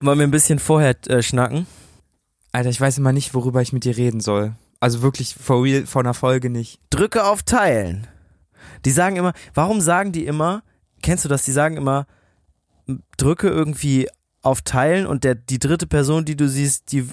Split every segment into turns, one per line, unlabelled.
Wollen wir ein bisschen vorher äh, schnacken?
Alter, ich weiß immer nicht, worüber ich mit dir reden soll. Also wirklich for real, vor einer Folge nicht.
Drücke auf Teilen. Die sagen immer, warum sagen die immer, kennst du das, die sagen immer, drücke irgendwie auf Teilen und der, die dritte Person, die du siehst, die,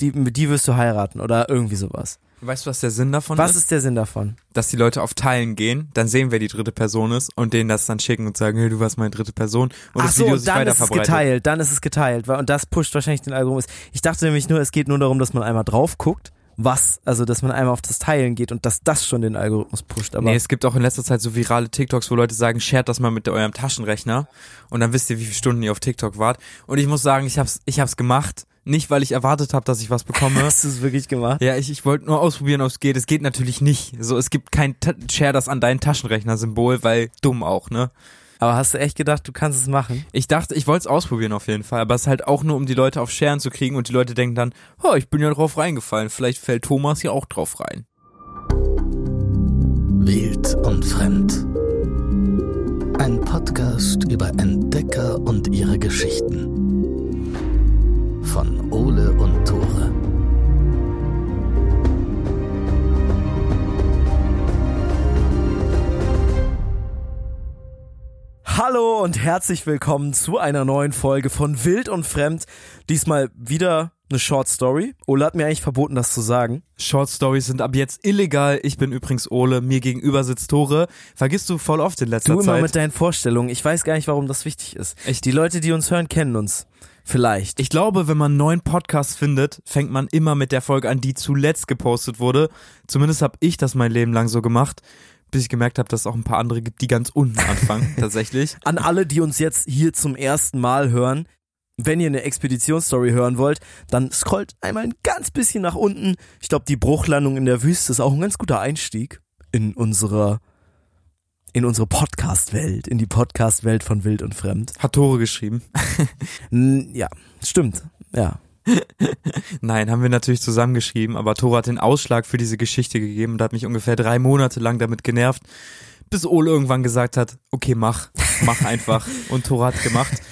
die, mit die wirst du heiraten oder irgendwie sowas.
Weißt du, was der Sinn davon
Was
ist?
ist der Sinn davon?
Dass die Leute auf Teilen gehen, dann sehen, wer die dritte Person ist und denen das dann schicken und sagen, hey, du warst meine dritte Person und
Ach
das
so,
Video
und
sich
dann
weiter
ist es
verbreitet.
geteilt, dann ist es geteilt. weil- Und das pusht wahrscheinlich den Algorithmus. Ich dachte nämlich nur, es geht nur darum, dass man einmal drauf guckt, was, also dass man einmal auf das Teilen geht und dass das schon den Algorithmus pusht. Aber
Nee, es gibt auch in letzter Zeit so virale TikToks, wo Leute sagen, shared das mal mit eurem Taschenrechner und dann wisst ihr, wie viele Stunden ihr auf TikTok wart. Und ich muss sagen, ich hab's, ich hab's gemacht. Nicht, weil ich erwartet habe, dass ich was bekomme.
hast du es wirklich gemacht?
ja, ich, ich wollte nur ausprobieren, ob es geht. Es geht natürlich nicht. So, es gibt kein Ta Share das an deinen Taschenrechner-Symbol, weil dumm auch, ne?
Aber hast du echt gedacht, du kannst es machen?
Ich dachte, ich wollte es ausprobieren auf jeden Fall, aber es ist halt auch nur, um die Leute auf Scheren zu kriegen und die Leute denken dann, oh, ich bin ja drauf reingefallen, vielleicht fällt Thomas ja auch drauf rein.
Wild und Fremd. Ein Podcast über Entdecker und ihre Geschichten. Von Ole und Tore.
Hallo und herzlich willkommen zu einer neuen Folge von Wild und Fremd. Diesmal wieder eine Short Story. Ola hat mir eigentlich verboten, das zu sagen.
Short Stories sind ab jetzt illegal. Ich bin übrigens Ole, mir gegenüber sitzt Tore. Vergisst du voll oft in letzter
Du immer
Zeit.
mit deinen Vorstellungen. Ich weiß gar nicht, warum das wichtig ist.
Echt?
Die Leute, die uns hören, kennen uns. Vielleicht.
ich glaube, wenn man einen neuen Podcast findet, fängt man immer mit der Folge an, die zuletzt gepostet wurde. Zumindest habe ich das mein Leben lang so gemacht, bis ich gemerkt habe, dass es auch ein paar andere gibt, die ganz unten anfangen, tatsächlich.
an alle, die uns jetzt hier zum ersten Mal hören. Wenn ihr eine Expeditionsstory hören wollt, dann scrollt einmal ein ganz bisschen nach unten. Ich glaube, die Bruchlandung in der Wüste ist auch ein ganz guter Einstieg in unsere in unsere Podcast-Welt, in die Podcast-Welt von Wild und Fremd.
Hat Tore geschrieben.
N- Ja, stimmt. Ja.
Nein, haben wir natürlich zusammengeschrieben, aber Tore hat den Ausschlag für diese Geschichte gegeben und hat mich ungefähr drei Monate lang damit genervt, bis Ole irgendwann gesagt hat, okay, mach, mach einfach. Und Tore hat gemacht.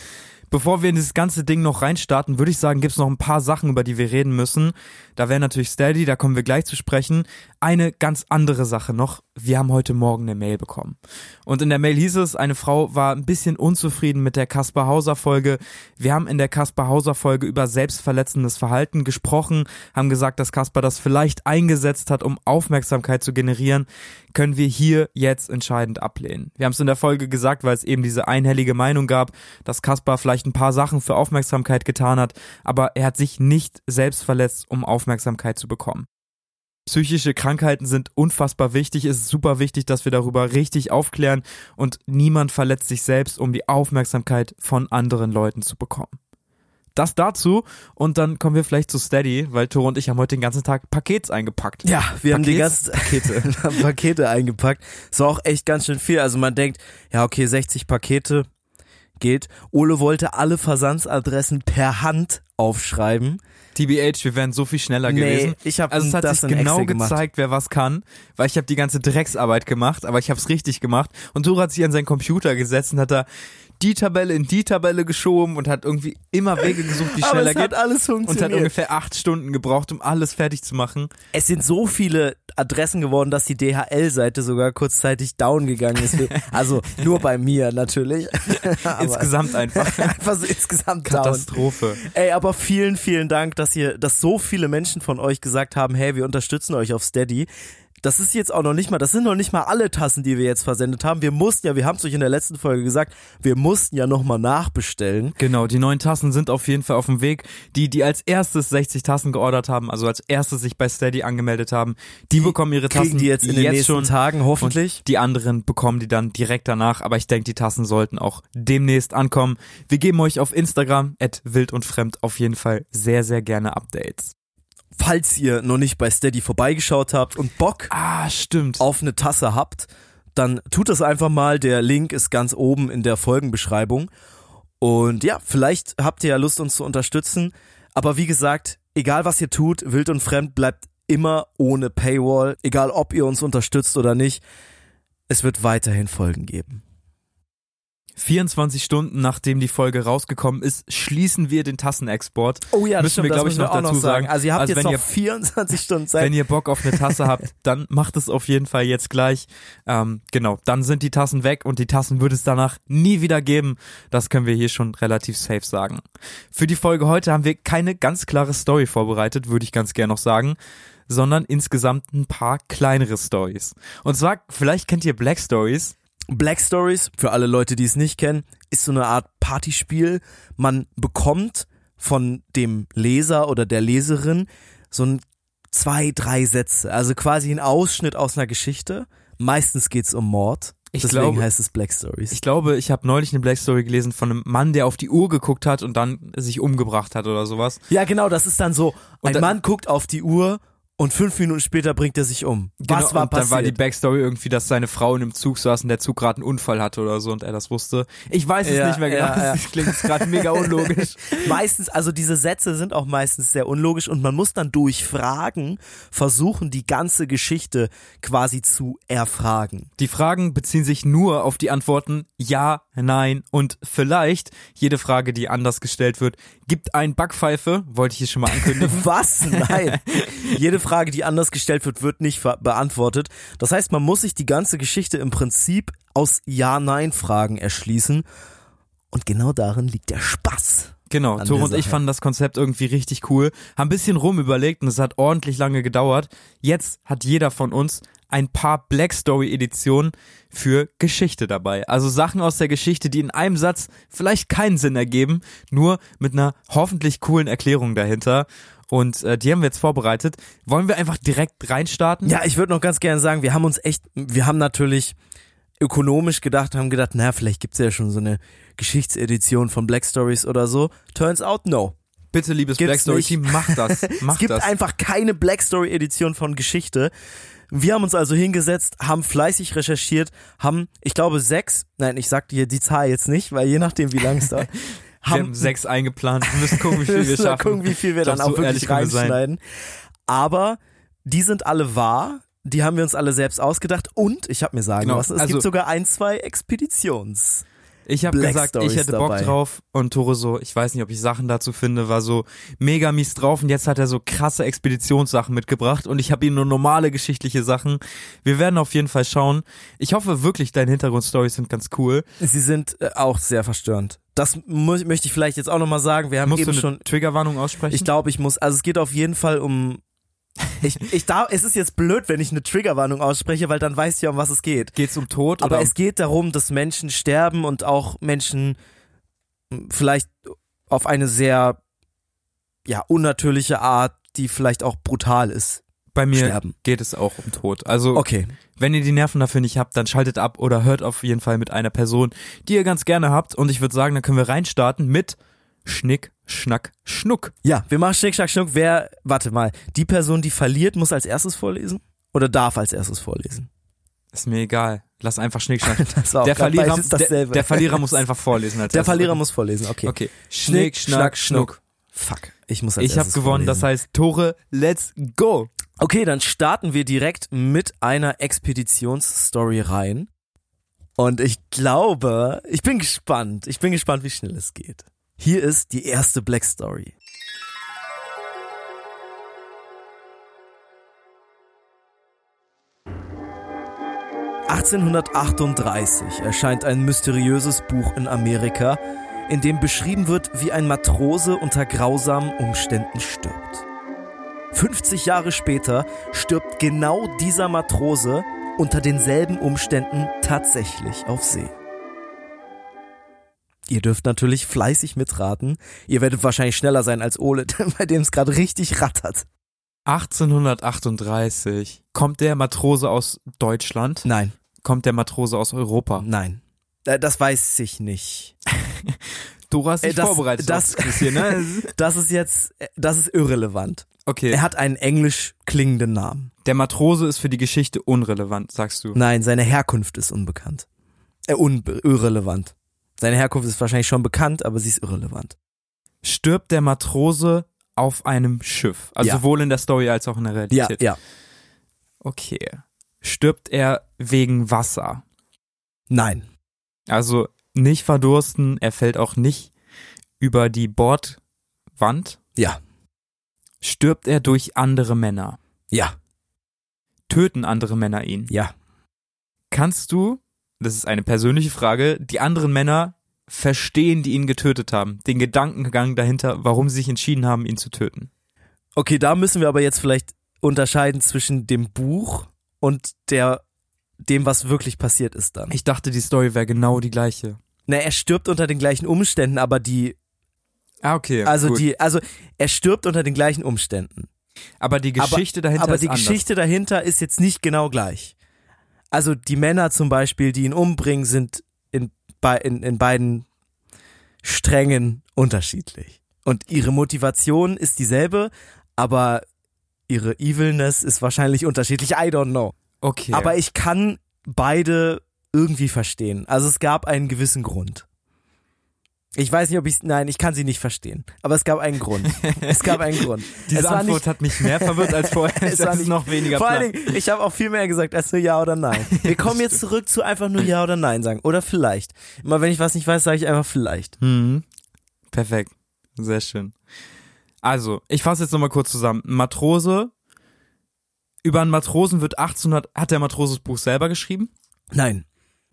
Bevor wir in dieses ganze Ding noch reinstarten, würde ich sagen, gibt's noch ein paar Sachen, über die wir reden müssen. Da wäre natürlich Steady, da kommen wir gleich zu sprechen. Eine ganz andere Sache noch. Wir haben heute Morgen eine Mail bekommen. Und in der Mail hieß es, eine Frau war ein bisschen unzufrieden mit der Kaspar Hauser Folge. Wir haben in der Kaspar Hauser Folge über selbstverletzendes Verhalten gesprochen, haben gesagt, dass Kaspar das vielleicht eingesetzt hat, um Aufmerksamkeit zu generieren. Können wir hier jetzt entscheidend ablehnen? Wir haben es in der Folge gesagt, weil es eben diese einhellige Meinung gab, dass Kaspar vielleicht ein paar Sachen für Aufmerksamkeit getan hat, aber er hat sich nicht selbst verletzt, um Aufmerksamkeit zu bekommen. Psychische Krankheiten sind unfassbar wichtig. Es ist super wichtig, dass wir darüber richtig aufklären und niemand verletzt sich selbst, um die Aufmerksamkeit von anderen Leuten zu bekommen. Das dazu und dann kommen wir vielleicht zu Steady, weil Tore und ich haben heute den ganzen Tag Pakets eingepackt.
Ja, wir haben die ganze
Pakets?
Pakete. Pakete eingepackt. Es war auch echt ganz schön viel. Also man denkt, ja, okay, 60 Pakete geht. Ole wollte alle Versandsadressen per Hand aufschreiben.
TBH, wir wären so viel schneller
Nee,
gewesen.
ich hab
also es hat
das
sich
in
genau
Excel gemacht.
gezeigt, wer was kann, weil ich habe die ganze Drecksarbeit gemacht, aber ich habe es richtig gemacht. Und Tore hat sich an seinen Computer gesetzt und hat da die Tabelle in die Tabelle geschoben und hat irgendwie immer Wege gesucht, die
Aber
schneller
es hat
geht.
alles
Und hat
funktioniert.
ungefähr acht Stunden gebraucht, um alles fertig zu machen.
es sind so viele Adressen geworden, dass die DHL-Seite sogar kurzzeitig down gegangen ist. Also nur bei mir natürlich. Aber
Insgesamt einfach.
einfach so insgesamt down.
Katastrophe.
Ey, aber vielen, vielen Dank, dass ihr, dass so viele Menschen von euch gesagt haben, hey, wir unterstützen euch auf Steady. Das ist jetzt auch noch nicht mal, das sind noch nicht mal alle Tassen, die wir jetzt versendet haben. Wir mussten ja, wir haben es euch in der letzten Folge gesagt, wir mussten ja nochmal nachbestellen.
Genau, die neuen Tassen sind auf jeden Fall auf dem Weg. Die, die als erstes 60 Tassen geordert haben, also als erstes sich bei Steady angemeldet haben, die, bekommen ihre
Kriegen
Tassen
die jetzt in den nächsten
schon.
Tagen hoffentlich.
Und die anderen bekommen die dann direkt danach, aber ich denke, die Tassen sollten auch demnächst ankommen. Wir geben euch auf Instagram, at wild und fremd, auf jeden Fall sehr, sehr gerne Updates.
Falls ihr noch nicht bei Steady vorbeigeschaut habt und Bock
Ah, stimmt.
auf eine Tasse habt, dann tut das einfach mal. Der Link ist ganz oben in der Folgenbeschreibung. Und ja, vielleicht habt ihr ja Lust, uns zu unterstützen. Aber wie gesagt, egal was ihr tut, wild und fremd bleibt immer ohne Paywall. Egal ob ihr uns unterstützt oder nicht. Es wird weiterhin Folgen geben.
24 Stunden nachdem die Folge rausgekommen ist, schließen wir den Tassenexport.
Oh ja, das
müssen
stimmt,
wir,
das
glaube ich,
müssen wir
noch
auch
dazu
noch sagen. Also ihr habt jetzt
wenn
noch
ihr
24 Stunden Zeit.
wenn ihr Bock auf eine Tasse habt, dann macht es auf jeden Fall jetzt gleich. Ähm, genau, dann sind die Tassen weg und die Tassen wird es danach nie wieder geben. Das können wir hier schon relativ safe sagen. Für die Folge heute haben wir keine ganz klare Story vorbereitet, würde ich ganz gerne noch sagen, sondern insgesamt ein paar kleinere Stories. Und zwar, vielleicht kennt ihr Black Stories.
Black Stories, für alle Leute, die es nicht kennen, ist so eine Art Partyspiel. Man bekommt von dem Leser oder der Leserin so ein zwei, drei Sätze. Also quasi ein Ausschnitt aus einer Geschichte. Meistens geht's um Mord.
Ich
Deswegen
glaube-
heißt es Black Stories.
Ich glaube, ich habe neulich eine Black Story gelesen von einem Mann, der auf die Uhr geguckt hat und dann sich umgebracht hat oder sowas.
ja, genau, das ist dann so.
Und
Ein
da-
Mann guckt auf die Uhr und fünf Minuten später bringt er sich um. Was
Genau,
war
und dann
passiert?
war die Backstory irgendwie, dass seine Frau in einem Zug saß und der Zug gerade einen Unfall hatte oder so und er das wusste. Ich weiß es
Ja,
nicht mehr genau.
ja, ja.
Das klingt jetzt gerade mega unlogisch.
meistens, also diese Sätze sind auch meistens sehr unlogisch und man muss dann durch Fragen versuchen, die ganze Geschichte quasi zu erfragen.
Die Fragen beziehen sich nur auf die Antworten ja, nein und vielleicht. Jede Frage, die anders gestellt wird, gibt ein Backpfeife, wollte ich hier schon mal ankündigen.
Was? Nein. Jede Frage, die anders gestellt wird, wird nicht ver- beantwortet. Das heißt, man muss sich die ganze Geschichte im Prinzip aus Ja-Nein-Fragen erschließen. Und genau darin liegt der Spaß.
Genau,
An
Tore
der
und ich
Sache.
fanden das Konzept irgendwie richtig cool, haben ein bisschen rum überlegt und es hat ordentlich lange gedauert. Jetzt hat jeder von uns ein paar Black Story Editionen für Geschichte dabei. Also Sachen aus der Geschichte, die in einem Satz vielleicht keinen Sinn ergeben, nur mit einer hoffentlich coolen Erklärung dahinter. Und äh, die haben wir jetzt vorbereitet. Wollen wir einfach direkt reinstarten?
Ja, ich würde noch ganz gerne sagen, wir haben uns echt, wir haben natürlich ökonomisch gedacht, haben gedacht, naja, vielleicht gibt's ja schon so eine Geschichtsedition von Black Stories oder so. Turns out, no.
Bitte, liebes
Gibt's
Black Story
nicht.
Team, mach das. Mach
es gibt
das.
einfach keine Black Story Edition von Geschichte. Wir haben uns also hingesetzt, haben fleißig recherchiert, haben, ich glaube, sechs, nein, ich sag dir die Zahl jetzt nicht, weil je nachdem, wie lang es dauert,
wir haben sechs eingeplant. Wir müssen gucken, wie viel
wir
wir,
müssen mal
schaffen.
gucken, wie viel wir
Ich glaub,
dann auch
so ehrlich
wirklich
können wir sein.
reinschneiden. Aber die sind alle wahr. Die haben wir uns alle selbst ausgedacht und ich habe mir sagen
Genau,
lassen, es
also-
gibt sogar ein, zwei Expeditions.
Ich habe
Black
gesagt,
Stories
ich hätte Bock
dabei.
drauf und Toro so, ich weiß nicht, ob ich Sachen dazu finde, war so mega mies drauf und jetzt hat er so krasse Expeditionssachen mitgebracht und ich habe ihm nur normale geschichtliche Sachen. Wir werden auf jeden Fall schauen. Ich hoffe wirklich, deine Hintergrundstories sind ganz cool.
Sie sind äh, auch sehr verstörend. Das mu- möchte ich vielleicht jetzt auch nochmal sagen. Wir haben
Musst du
eben
eine
schon.
Triggerwarnung aussprechen?
Ich glaube, ich muss. Also es geht auf jeden Fall um. Ich, ich darf, es ist jetzt blöd, wenn ich eine Triggerwarnung ausspreche, weil dann weißt du ja, um was es geht.
geht's um Tod
Aber
oder
es geht darum, dass Menschen sterben und auch Menschen m, vielleicht auf eine sehr ja, unnatürliche Art, die vielleicht auch brutal ist,
bei mir
sterben.
geht es auch um Tod. Also
Okay.
Wenn ihr die Nerven dafür nicht habt, dann schaltet ab oder hört auf jeden Fall mit einer Person, die ihr ganz gerne habt. Und ich würde sagen, dann können wir reinstarten mit Schnick, Schnack, Schnuck.
Ja, wir machen Schnick, Schnack, Schnuck. Wer, warte mal, die Person, die verliert, muss als erstes vorlesen? Oder darf als erstes vorlesen?
Ist mir egal. Lass einfach Schnick, Schnack.
Das war auch
Der
grad
Verlierer,
Genau, beides
der,
dasselbe.
der Verlierer muss einfach vorlesen. Als
Der
erstes.
Verlierer muss vorlesen, okay.
Okay. Schnick, Schnack, Schnuck.
Fuck, ich muss als
Ich habe
erstes
gewonnen, das
vorlesen.
heißt Tore, let's go.
Okay, dann starten wir direkt mit einer Expeditionsstory rein. Und ich glaube, ich bin gespannt. Ich bin gespannt, wie schnell es geht. Hier ist die erste Black Story. ...1838 erscheint ein mysteriöses Buch in Amerika, in dem beschrieben wird, wie ein Matrose unter grausamen Umständen stirbt. 50 Jahre später stirbt genau dieser Matrose unter denselben Umständen tatsächlich auf See. Ihr dürft natürlich fleißig mitraten. Ihr werdet wahrscheinlich schneller sein als Ole, bei dem es gerade richtig rattert.
1838. Kommt der Matrose aus Deutschland?
Nein,
Kommt der Matrose aus Europa?
nein. Äh, Das weiß ich nicht.
Du hast dich
Äh, das-
vorbereitet.
das-
auf Quiz hier, ne?
Das ist jetzt, äh, das ist irrelevant.
Okay.
Er hat einen englisch klingenden Namen.
Der Matrose ist für die Geschichte unrelevant, sagst du.
Nein, seine Herkunft ist unbekannt. Äh, un irrelevant. Seine Herkunft ist wahrscheinlich schon bekannt, aber sie ist irrelevant.
Stirbt der Matrose auf einem Schiff? Also
Ja.
sowohl in der Story als auch in der
Ja,
Realität.
ja.
Okay. Stirbt er wegen Wasser?
Nein.
Also nicht verdursten, er fällt auch nicht über die Bordwand,
Ja,
stirbt er durch andere Männer.
ja,
Töten andere Männer ihn.
ja.
Kannst du, das ist eine persönliche Frage, die anderen Männer verstehen, die ihn getötet haben? Den Gedankengang dahinter, warum sie sich entschieden haben, ihn zu töten.
Okay, da müssen wir aber jetzt vielleicht unterscheiden zwischen dem Buch und der dem, was wirklich passiert ist dann.
Ich dachte, die Story wäre genau die gleiche.
Na, er stirbt unter den gleichen Umständen, aber die,
Ah, okay.
also
gut.
die, also er stirbt unter den gleichen Umständen.
aber die Geschichte dahinter
aber
ist
die
anders.
Geschichte dahinter ist jetzt nicht genau gleich. Also die Männer zum Beispiel, die ihn umbringen, sind in, bei, in, in beiden Strängen unterschiedlich. Und ihre Motivation ist dieselbe, aber ihre Evilness ist wahrscheinlich unterschiedlich. I don't know.
Okay.
Aber ich kann beide irgendwie verstehen. Also es gab einen gewissen Grund. Ich weiß nicht, ob ich nein, ich kann sie nicht verstehen. Aber es gab einen Grund. es gab einen Grund. es
Diese
war
Antwort hat mich mehr verwirrt als vorher.
Es
Es
war
das
nicht-
ist noch weniger
Vor
klar.
allen Dingen, ich habe auch viel mehr gesagt als nur Ja oder Nein. Wir kommen jetzt zurück zu einfach nur Ja oder Nein sagen. Oder vielleicht. Immer wenn ich was nicht weiß, sage ich einfach vielleicht.
Mhm. Perfekt. Sehr schön. Also, ich fasse jetzt nochmal kurz zusammen. Ein Matrose. Über einen Matrosen wird 1800, hat der Matrose das Buch selber geschrieben?
Nein.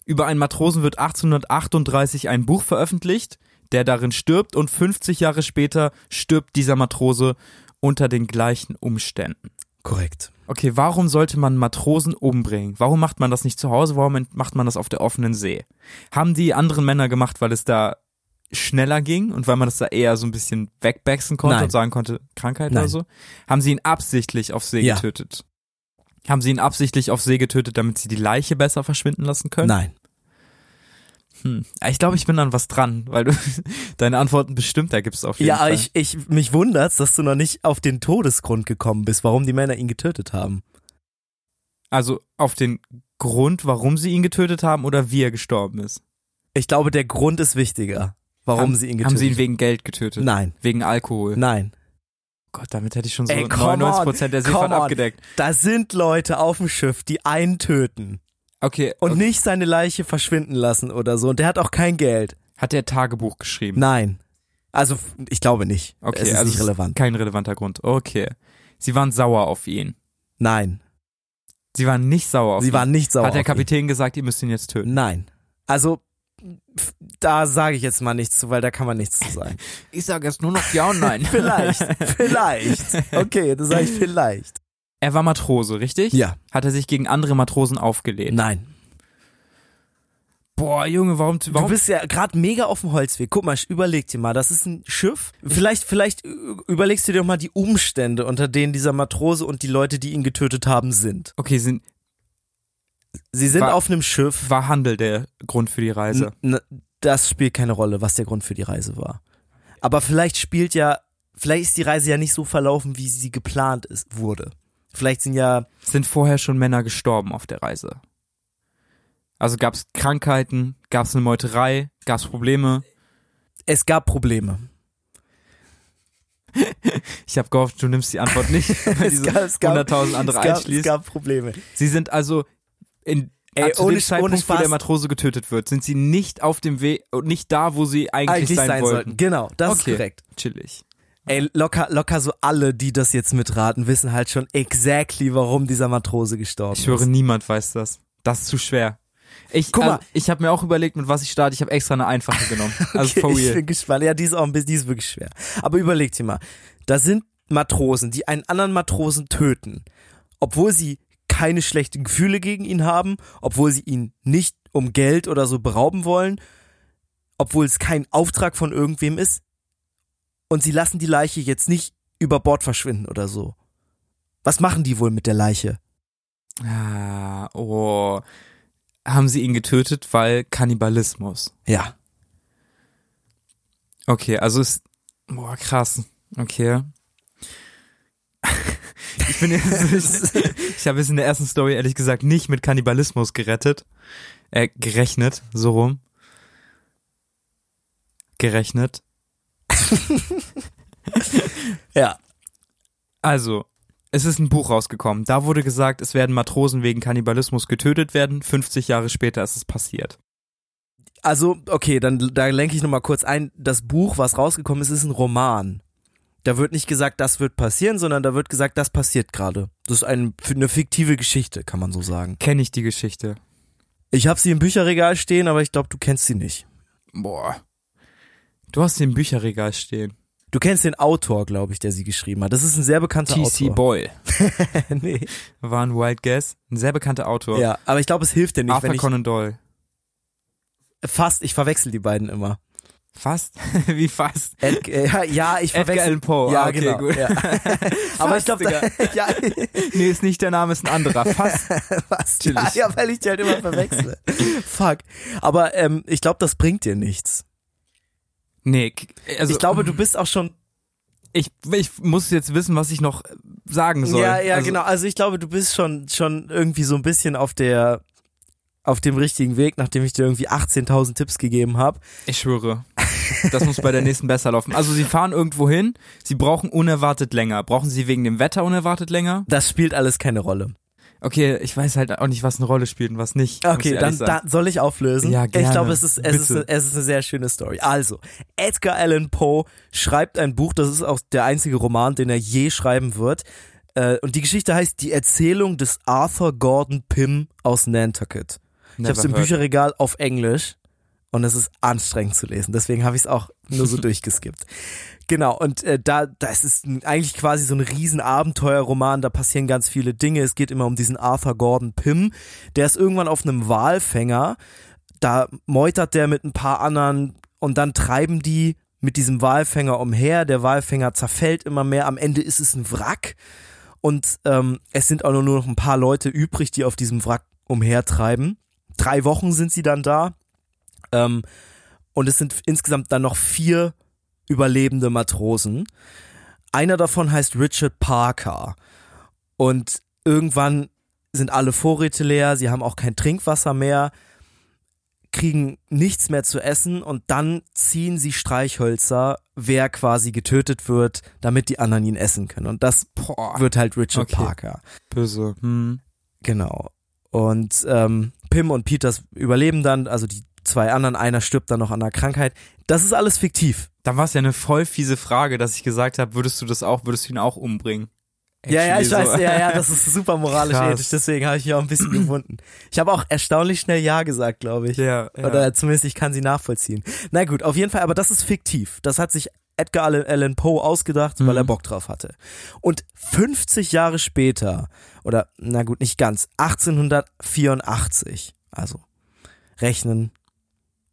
Über einen Matrosen wird 1838 ein Buch veröffentlicht, der darin stirbt und 50 Jahre später stirbt dieser Matrose unter den gleichen Umständen.
Korrekt.
Okay, warum sollte man Matrosen umbringen? Warum macht man das nicht zu Hause? Warum macht man das auf der offenen See? Haben die anderen Männer gemacht, weil es da schneller ging und weil man das da eher so ein bisschen wegbacksen konnte
Nein.
und sagen konnte, Krankheit
Nein.
oder so? Haben sie ihn absichtlich auf See
Ja.
getötet? Haben sie ihn absichtlich auf See getötet, damit sie die Leiche besser verschwinden lassen können?
Nein.
Hm. Ich glaube, ich bin an was dran, weil du deine Antworten bestimmt ergibst auf jeden
Ja,
Fall.
aber ich, ich, mich wundert's, dass du noch nicht auf den Todesgrund gekommen bist, warum die Männer ihn getötet haben.
also auf den Grund, warum sie ihn getötet haben oder wie er gestorben ist.
Ich glaube, der Grund ist wichtiger, warum
haben,
sie ihn getötet
Haben sie ihn wegen Geld getötet?
Nein.
Wegen Alkohol.
Nein.
Gott, damit hätte ich schon so
Ey, come
99 Prozent der
on,
Seefahrt
come on.
abgedeckt.
Da sind Leute auf dem Schiff, die einen töten
Okay,
und
und
nicht seine Leiche verschwinden lassen oder so. Und der hat auch kein Geld.
hat er Tagebuch geschrieben?
Nein. Also, f- ich glaube nicht.
okay,
es ist
also
nicht relevant.
Kein relevanter Grund. Okay. Sie waren sauer auf ihn.
Nein.
Sie waren nicht sauer auf
Sie
ihn.
waren nicht sauer.
Hat der
auf ihn.
Kapitän gesagt, ihr müsst ihn jetzt töten?
Nein. Also, f- da sage ich jetzt mal nichts zu, weil da kann man nichts zu sagen.
Ich sage jetzt nur noch ja und nein.
vielleicht. Vielleicht. Okay, das sage ich vielleicht.
Er war Matrose, richtig?
Ja.
Hat er sich gegen andere Matrosen aufgelehnt?
Nein.
Boah, Junge, warum,
Du
warum
bist ja gerade mega auf dem Holzweg. Guck mal, überleg dir mal, das ist ein Schiff. Vielleicht, vielleicht äh, überlegst du dir doch mal die Umstände, unter denen dieser Matrose und die Leute, die ihn getötet haben, sind.
Okay, sind,
Sie sind
Wa-
auf einem Schiff.
war Handel der Grund für die Reise?
N- n- Das spielt keine Rolle, was der Grund für die Reise war. Aber vielleicht spielt ja, vielleicht ist die Reise ja nicht so verlaufen, wie sie geplant ist, wurde. Vielleicht sind ja,
Sind vorher schon Männer gestorben auf der Reise? Also gab es Krankheiten, gab es eine Meuterei, gab es Probleme?
es gab Probleme.
Ich habe gehofft, du nimmst die Antwort nicht, weil diese
gab- es gab-
100.000 andere
es, gab, es
einschließt.
gab Probleme.
Sie sind also in äh,
Ey,
zu
ohne-
dem Zeitpunkt,
ohne
wo
Spaß.
der Matrose getötet wird, sind sie nicht auf dem Weg, nicht da, wo sie eigentlich,
Eigentlich
sein,
sein sollten.
wollten.
Genau, das
Okay.
ist korrekt.
Chillig.
Ey, locker, locker so alle, die das jetzt mitraten, wissen halt schon exactly, warum dieser Matrose gestorben
Ich höre,
ist.
niemand weiß das. Das ist zu schwer. Ich,
Guck mal.
also, ich habe mir auch überlegt, mit was ich starte. Ich habe extra eine einfache genommen. Also for
Okay, ich
real.
bin gespannt. Ja, die ist auch ein bisschen, die ist wirklich schwer. Aber überleg dir mal, da sind Matrosen, die einen anderen Matrosen töten, obwohl sie keine schlechten Gefühle gegen ihn haben, obwohl sie ihn nicht um Geld oder so berauben wollen, obwohl es kein Auftrag von irgendwem ist, und sie lassen die Leiche jetzt nicht über Bord verschwinden oder so. Was machen die wohl mit der Leiche?
Ah, oh. Haben sie ihn getötet, weil Kannibalismus.
Ja.
Okay, also ist. Boah, krass. Okay. Ich bin jetzt. ich habe jetzt in der ersten Story ehrlich gesagt nicht mit Kannibalismus gerettet. Äh, gerechnet, so rum. Gerechnet.
Ja.
Also, es ist ein Buch rausgekommen. Da wurde gesagt, es werden Matrosen wegen Kannibalismus getötet werden. 50 Jahre später ist es passiert.
also, okay, dann da lenke ich nochmal kurz ein. Das Buch, was rausgekommen ist, ist ein Roman. Da wird nicht gesagt, das wird passieren, sondern da wird gesagt, das passiert gerade. Das ist ein, eine fiktive Geschichte, kann man so sagen.
Kenne ich die Geschichte.
Ich habe sie im Bücherregal stehen, aber ich glaube, du kennst sie nicht.
Boah. Du hast sie im Bücherregal stehen.
Du kennst den Autor, glaube ich, der sie geschrieben hat. Das ist ein sehr bekannter
T.C.
Autor.
Boyle.
nee.
War ein Wild Guess. Ein sehr bekannter Autor.
Ja, aber ich glaube, es hilft dir nicht,
Arthur
wenn ich
Conan Doyle.
fast, ich verwechsel die beiden immer.
Fast? Wie fast?
Ed, äh, ja, ja, ich
Edgar
verwechsel.
Allan Poe.
Ja,
Ah, okay,
genau.
gut.
Ja. aber ich glaube, da- ja,
Nee, ist nicht der Name, ist ein anderer. Fast.
was? Ja,
Natürlich.
ja, weil ich die halt immer verwechsle. Fuck. Aber ähm, ich glaube, das bringt dir nichts.
Nee, k- also
ich glaube, du bist auch schon.
ich, ich muss jetzt wissen, was ich noch sagen soll.
Ja, ja,
also,
genau. Also ich glaube, du bist schon schon irgendwie so ein bisschen auf der auf dem richtigen Weg, nachdem ich dir irgendwie 18.000 Tipps gegeben habe.
Ich schwöre. Das muss bei der nächsten besser laufen. Also sie fahren irgendwo hin, sie brauchen unerwartet länger. Brauchen sie wegen dem Wetter unerwartet länger?
Das spielt alles keine Rolle.
Okay, ich weiß halt auch nicht, was eine Rolle spielt und was nicht. muss ich
Okay,
ehrlich
dann,
sagen.
dann soll ich auflösen.
Ja,
Ich
gerne.
glaube, es ist, es, ist,
Bitte.
es ist eine sehr schöne Story. Also, Edgar Allan Poe schreibt ein Buch, das ist auch der einzige Roman, den er je schreiben wird. Äh, Und die Geschichte heißt Die Erzählung des Arthur Gordon Pym aus Nantucket. Ich
Never
habe es im
heard.
Bücherregal auf Englisch und es ist anstrengend zu lesen. Deswegen habe ich es auch nur so durchgeskippt. Genau, und äh, da, das ist ein, eigentlich quasi so ein riesen Abenteuerroman, da passieren ganz viele Dinge. Es geht immer um diesen Arthur Gordon Pym, der ist irgendwann auf einem Walfänger, da meutert der mit ein paar anderen und dann treiben die mit diesem Walfänger umher. Der Walfänger zerfällt immer mehr, am Ende ist es ein Wrack und ähm, es sind auch nur noch ein paar Leute übrig, die auf diesem Wrack umhertreiben. Drei Wochen sind sie dann da ähm, und es sind insgesamt dann noch vier überlebende Matrosen. Einer davon heißt Richard Parker. Und irgendwann sind alle Vorräte leer, sie haben auch kein Trinkwasser mehr, kriegen nichts mehr zu essen und dann ziehen sie Streichhölzer, wer quasi getötet wird, damit die anderen ihn essen können. Und das
Boah,
wird halt Richard
Okay.
Parker.
böse. Hm.
Genau. Und ähm, Pim und Peters überleben dann, also die zwei anderen, einer stirbt dann noch an einer Krankheit. Das ist alles fiktiv.
Dann war es ja eine voll fiese Frage, dass ich gesagt habe, würdest du das auch, würdest du ihn auch umbringen?
Ja, ja, ich
Actually so.
weiß, ja, ja, das ist super moralisch
Krass.
ethisch, deswegen habe ich hier auch ein bisschen gewunden. Ich habe auch erstaunlich schnell Ja gesagt, glaube ich.
Ja, ja.
Oder zumindest ich kann sie nachvollziehen. Na gut, auf jeden Fall, aber das ist fiktiv. Das hat sich Edgar Allan- Allan Poe ausgedacht, weil er Bock drauf hatte. Und 50 Jahre später, oder na gut, nicht ganz, 1884, also rechnen,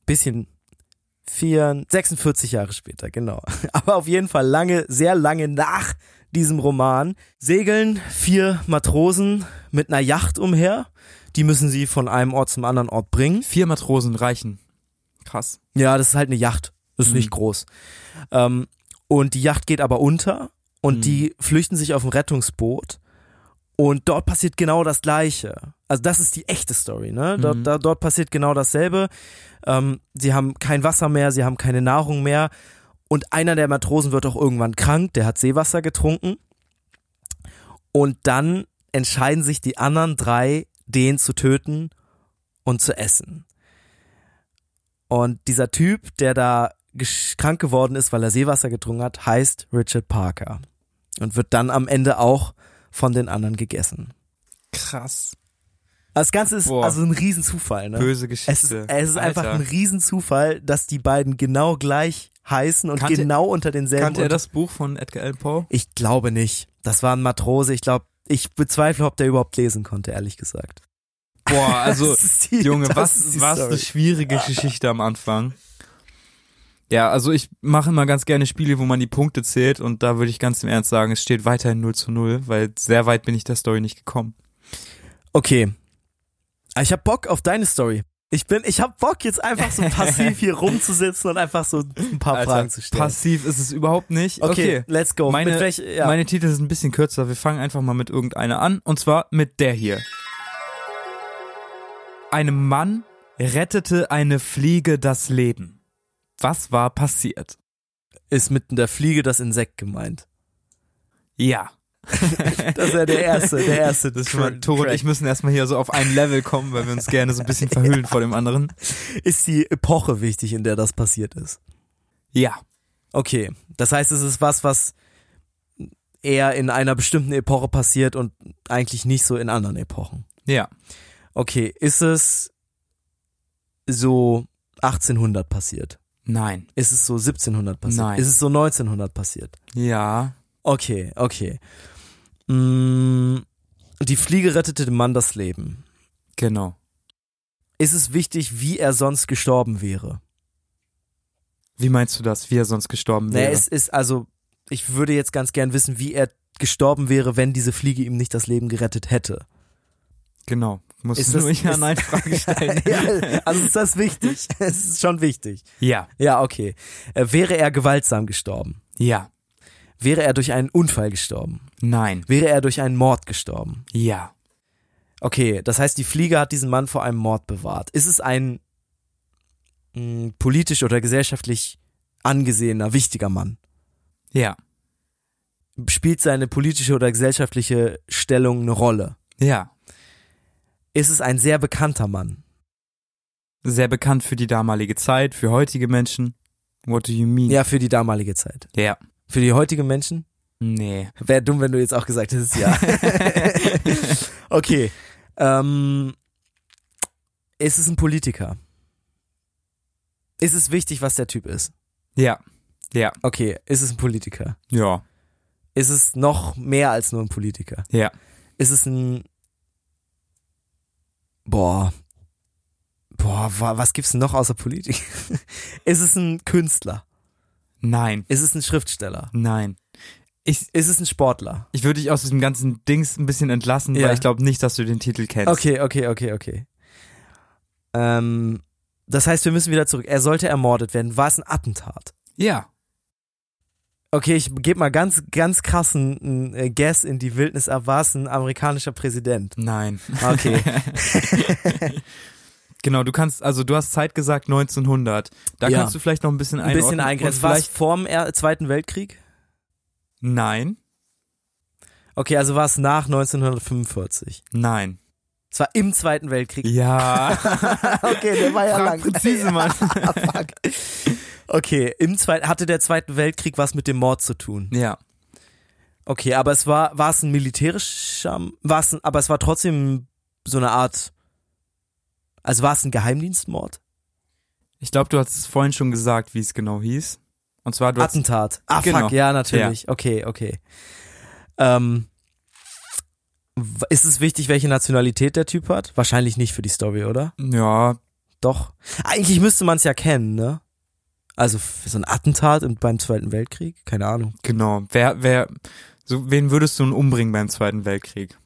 bisschen vier, 46 Jahre später, genau. Aber auf jeden Fall lange, sehr lange nach diesem Roman segeln vier Matrosen mit einer Yacht umher. Die müssen sie von einem Ort zum anderen Ort bringen.
Vier Matrosen reichen. Krass.
Ja, das ist halt eine Yacht. Ist
Mhm.
nicht groß. Ähm, und die Yacht geht aber unter und
Mhm.
die flüchten sich auf ein Rettungsboot. Und dort passiert genau das Gleiche. Also das ist die echte Story, ne? Dort,
Mhm.
da, dort passiert genau dasselbe. Ähm, sie haben kein Wasser mehr, sie haben keine Nahrung mehr. Und einer der Matrosen wird auch irgendwann krank, der hat Seewasser getrunken. Und dann entscheiden sich die anderen drei, den zu töten und zu essen. Und dieser Typ, der da gesch- krank geworden ist, weil er Seewasser getrunken hat, heißt Richard Parker. Und wird dann am Ende auch von den anderen gegessen.
Krass.
Also das Ganze ist
Boah.
also ein Riesenzufall, ne?
Böse
es ist,
Geschichte.
es ist einfach
Alter.
ein Riesenzufall, dass die beiden genau gleich heißen und
Kannte-
genau unter denselben.
Kannte er
unter
das Buch von Edgar Allan Poe?
ich glaube nicht. Das war ein Matrose. Ich glaube, ich bezweifle, ob der überhaupt lesen konnte, ehrlich gesagt.
Boah, also
Das ist die-
Junge,
das ist
was
die
was
Story.
eine schwierige Geschichte am Anfang. Ja, also ich mache immer ganz gerne Spiele, wo man die Punkte zählt und da würde ich ganz im Ernst sagen, es steht weiterhin 0 zu 0, weil sehr weit bin ich der Story nicht gekommen.
Okay. Aber Ich hab Bock auf deine Story. Ich bin, ich hab Bock jetzt einfach so passiv hier rumzusitzen und einfach so ein paar Fragen zu stellen.
passiv ist es überhaupt nicht.
okay,
Okay,
let's go.
Meine-
Mit welch, ja.
meine Titel sind ein bisschen kürzer, wir fangen einfach mal mit irgendeiner an und zwar mit der hier. Einem Mann rettete eine Fliege das Leben. Was war passiert?
ist mit der Fliege das Insekt gemeint.
Ja,
Das wäre der erste, der erste.
Das ist
Tra-
mal, Tore und
Track.
ich müssen erstmal hier so auf ein Level kommen, weil wir uns gerne so ein bisschen verhüllen vor dem anderen.
Ist die Epoche wichtig, in der das passiert ist?
Ja.
Okay, das heißt, es ist was, was eher in einer bestimmten Epoche passiert und eigentlich nicht so in anderen Epochen.
Ja.
Okay, ist es so 1800 passiert?
Nein.
Ist es so 1700 passiert?
Nein.
Ist es so 1900 passiert?
Ja.
Okay, okay. Mm, die Fliege rettete dem Mann das Leben.
Genau.
Ist es wichtig, wie er sonst gestorben wäre?
Wie meinst du das, wie er sonst gestorben
Naja,
wäre?
es ist also, ich würde jetzt ganz gern wissen, wie er gestorben wäre, wenn diese Fliege ihm nicht das Leben gerettet hätte.
genau. Musst
Ist
du
das-
nur ja
ist-
nein Frage stellen.
ja, also ist das wichtig? Es ist schon wichtig.
ja.
Ja, okay. Äh, wäre er gewaltsam gestorben?
Ja.
Wäre er durch einen Unfall gestorben?
Nein.
Wäre er durch einen Mord gestorben?
Ja.
Okay, das heißt, die Fliege hat diesen Mann vor einem Mord bewahrt. Ist es ein mh, politisch oder gesellschaftlich angesehener, wichtiger Mann?
Ja.
Spielt seine politische oder gesellschaftliche Stellung eine Rolle?
Ja.
Ist es ein sehr bekannter Mann?
Sehr bekannt für die damalige Zeit, für heutige Menschen. What do you mean?
Ja, für die damalige Zeit.
Ja.
Für die heutigen Menschen?
Nee.
Wäre dumm, wenn du jetzt auch gesagt hättest, ja. okay. Ähm, ist es ein Politiker? Ist es wichtig, was der Typ ist?
Ja. Ja.
Okay, ist es ein Politiker?
Ja.
ist es noch mehr als nur ein Politiker.
Ja.
Ist es ein. Boah. Boah, wa- was gibt's denn noch außer Politik? ist es ein Künstler?
Nein.
Ist es ein Schriftsteller?
Nein. Ich,
Ist es ein Sportler?
ich würde dich aus diesem ganzen Dings ein bisschen entlassen,
Ja.
weil ich glaube nicht, dass du den Titel kennst.
Okay, okay, okay, okay. Ähm, das heißt, wir müssen wieder zurück. Er sollte ermordet werden. War es ein Attentat?
Ja.
Okay, ich gebe mal ganz, ganz krassen einen äh, Guess in die Wildnis ab. War es ein amerikanischer Präsident?
Nein.
Okay.
Genau, du kannst, also du hast Zeit gesagt 1900. Da
Ja.
kannst du vielleicht noch ein bisschen
Ein
einordnen.
bisschen eingrenzt.
Und
War es
Vielleicht,
vor dem Er- Zweiten Weltkrieg?
nein,
Okay, also war es nach 1945.
nein.
Es war im Zweiten Weltkrieg.
Ja,
Okay, der war ja
Frag präzise, Mann.
Fuck. Okay, im Zweiten, hatte der Zweite Weltkrieg was mit dem Mord zu tun?
ja,
Okay, aber es war, war es ein militärischer, war es ein, aber es war trotzdem so eine Art, also war es ein Geheimdienstmord?
ich glaube, du hast es vorhin schon gesagt, wie es genau hieß. Und zwar, du hast,
Attentat. Ah,
Genau.
fuck, ja, natürlich. Okay, okay. Ähm, w- ist es wichtig, welche Nationalität der Typ hat? Wahrscheinlich nicht für die Story, oder?
ja,
Doch. Eigentlich müsste man es ja kennen, ne? Also f- so ein Attentat im, beim Zweiten Weltkrieg? Keine Ahnung.
genau. Wer, wer, so, wen würdest du nun umbringen beim Zweiten Weltkrieg?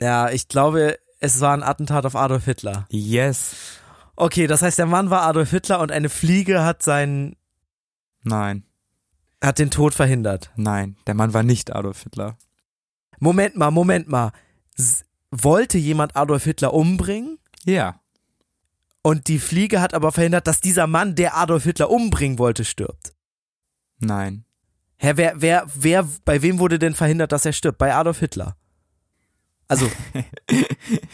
Ja, ich glaube, es war ein Attentat auf Adolf Hitler.
Yes,
Okay, das heißt, der Mann war Adolf Hitler und eine Fliege hat seinen,
nein,
hat den Tod verhindert.
nein. Der Mann war nicht Adolf Hitler.
Moment mal, Moment mal. S wollte jemand Adolf Hitler umbringen?
Ja,
Und die Fliege hat aber verhindert, dass dieser Mann, der Adolf Hitler umbringen wollte, stirbt.
nein.
Hä, wer, wer, wer, bei wem wurde denn verhindert, dass er stirbt? Bei Adolf Hitler. Also,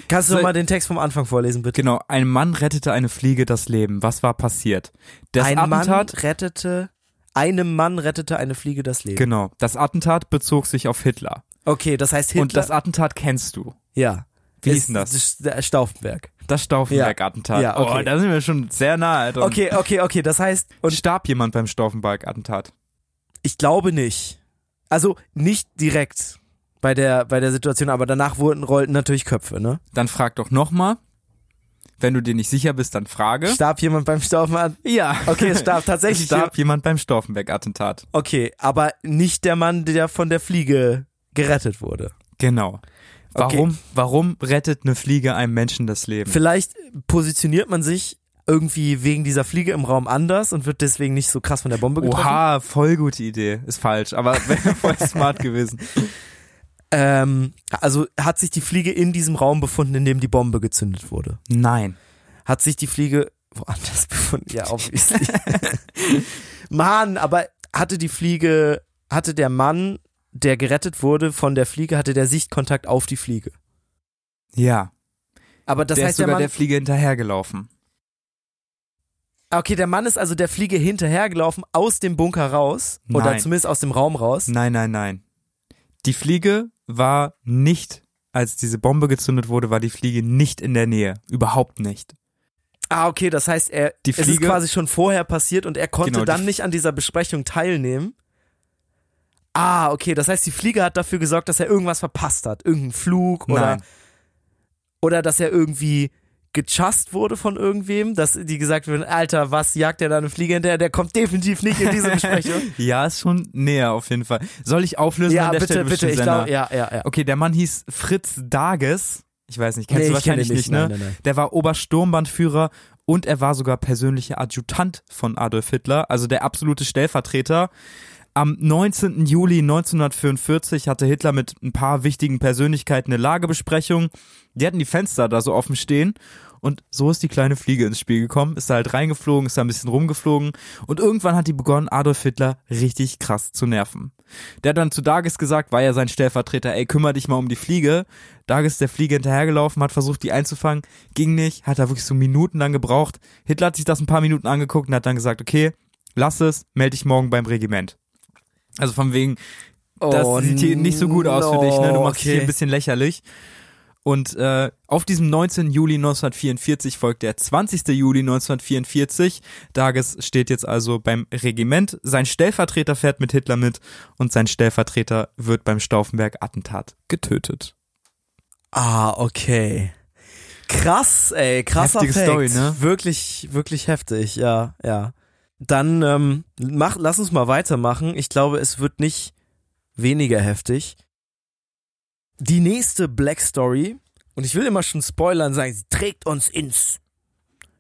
kannst du
Soll-
mal den Text vom Anfang vorlesen, bitte?
Genau, ein Mann rettete eine Fliege das Leben. Was war passiert? Genau, Das
Ein
Attentat
Mann rettete, einem Mann rettete eine Fliege das Leben.
Genau. Das Attentat bezog sich auf Hitler.
Okay, das heißt Hitler.
Und das Attentat kennst du.
ja.
Wie
Ist-
hieß denn das?
ist der Stauffenberg.
Das Stauffenberg-Attentat.
Ja, okay.
Oh, da sind wir schon sehr nahe dran.
Okay, okay, okay, das heißt,
Und starb jemand beim Stauffenberg-Attentat?
ich glaube nicht. Also, nicht direkt bei der, bei der Situation, aber danach wurden, rollten natürlich Köpfe, ne?
Dann frag doch nochmal. Wenn du dir nicht sicher bist, dann frage.
Starb jemand beim Stauffenberg?
ja.
Okay, es starb tatsächlich.
Es starb jemand beim Stauffenberg-Attentat.
Okay, aber nicht der Mann, der von der Fliege gerettet wurde.
Genau.
Okay.
Warum, warum rettet eine Fliege einem Menschen das Leben?
Vielleicht positioniert man sich irgendwie wegen dieser Fliege im Raum anders und wird deswegen nicht so krass von der Bombe getroffen.
Oha, voll gute Idee. Ist falsch, aber wäre voll smart gewesen.
Ähm, also hat sich die Fliege in diesem Raum befunden, in dem die Bombe gezündet wurde.
Nein.
Hat sich die Fliege woanders befunden? Ja, obviously. Mann, aber hatte die Fliege, hatte der Mann der gerettet wurde von der Fliege, hatte der Sichtkontakt auf die Fliege.
Ja.
Aber das
der
heißt,
ist sogar
der Mann.
der Fliege hinterhergelaufen.
okay, der Mann ist also der Fliege hinterhergelaufen aus dem Bunker raus. Oder
Nein.
zumindest aus dem Raum raus.
Nein, nein, nein. Die Fliege war nicht, als diese Bombe gezündet wurde, war die Fliege nicht in der Nähe. Überhaupt nicht.
Ah, okay, das heißt, er
Die
es ist
Fliege-
quasi schon vorher passiert und er konnte
Genau, die
dann
F-
nicht an dieser Besprechung teilnehmen. Ah, okay, das heißt, die Fliege hat dafür gesorgt, dass er irgendwas verpasst hat. Irgendeinen Flug oder,
Nein.
oder dass er irgendwie gechast wurde von irgendwem, dass die gesagt werden, Alter, was jagt der da eine Fliege hinterher? Der kommt definitiv nicht in diese Besprechung.
Ja, ist schon näher auf jeden Fall. Soll ich auflösen
ja,
an der
bitte,
Stelle
bitte,
bestimmt,
ich
Senna?
glaube, ja, ja, ja.
Okay, der Mann hieß Fritz Dages. Ich weiß nicht, kennst
Nee,
du
ich kenn
wahrscheinlich
den
nicht,
nicht,
ne?
nein, nein, nein.
Der war Obersturmbannführer und er war sogar persönlicher Adjutant von Adolf Hitler, also der absolute Stellvertreter. Am 19. Juli 1944 hatte Hitler mit ein paar wichtigen Persönlichkeiten eine Lagebesprechung. Die hatten die Fenster da so offen stehen. Und so ist die kleine Fliege ins Spiel gekommen, ist da halt reingeflogen, ist da ein bisschen rumgeflogen und irgendwann hat die begonnen, Adolf Hitler richtig krass zu nerven. Der hat dann zu Dages gesagt, war ja sein Stellvertreter, ey, kümmere dich mal um die Fliege. Dages ist der Fliege hinterhergelaufen, hat versucht, die einzufangen, ging nicht, hat da wirklich so minutenlang gebraucht. Hitler hat sich das ein paar Minuten angeguckt und hat dann gesagt, okay, lass es, melde dich morgen beim Regiment. Also von wegen, das
Oh,
sieht hier nicht so gut aus für dich, ne? Du machst dich
okay.
hier ein bisschen lächerlich. Und äh, auf diesem 19. Juli 1944 folgt der 20. Juli 1944. Dages steht jetzt also beim Regiment. Sein Stellvertreter fährt mit Hitler mit und sein Stellvertreter wird beim Stauffenberg-Attentat getötet.
Ah, okay. Krass, ey, krasser
Heftige
Fact.
Story, ne?
Wirklich, wirklich heftig, ja, ja. Dann ähm, mach, lass uns mal weitermachen. Ich glaube, es wird nicht weniger heftig. Die nächste Black Story, und ich will immer schon spoilern sagen, sie trägt uns ins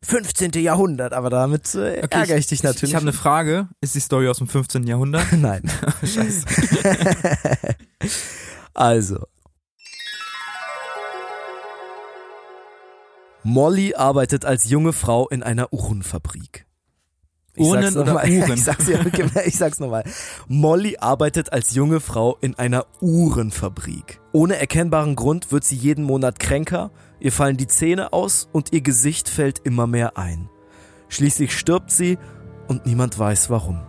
15. Jahrhundert, aber damit äh, ärgere ich dich natürlich.
Ich habe eine Frage. Ist die Story aus dem 15. Jahrhundert?
Nein.
Scheiße.
also. Molly arbeitet als junge Frau in einer Uhrenfabrik. Ich
Urnen
sag's
oder
nochmal.
Uhren?
Ich sag's, ja, ich sag's nochmal. Molly arbeitet als junge Frau in einer Uhrenfabrik. Ohne erkennbaren Grund wird sie jeden Monat kränker, ihr fallen die Zähne aus und ihr Gesicht fällt immer mehr ein. Schließlich stirbt sie und niemand weiß warum.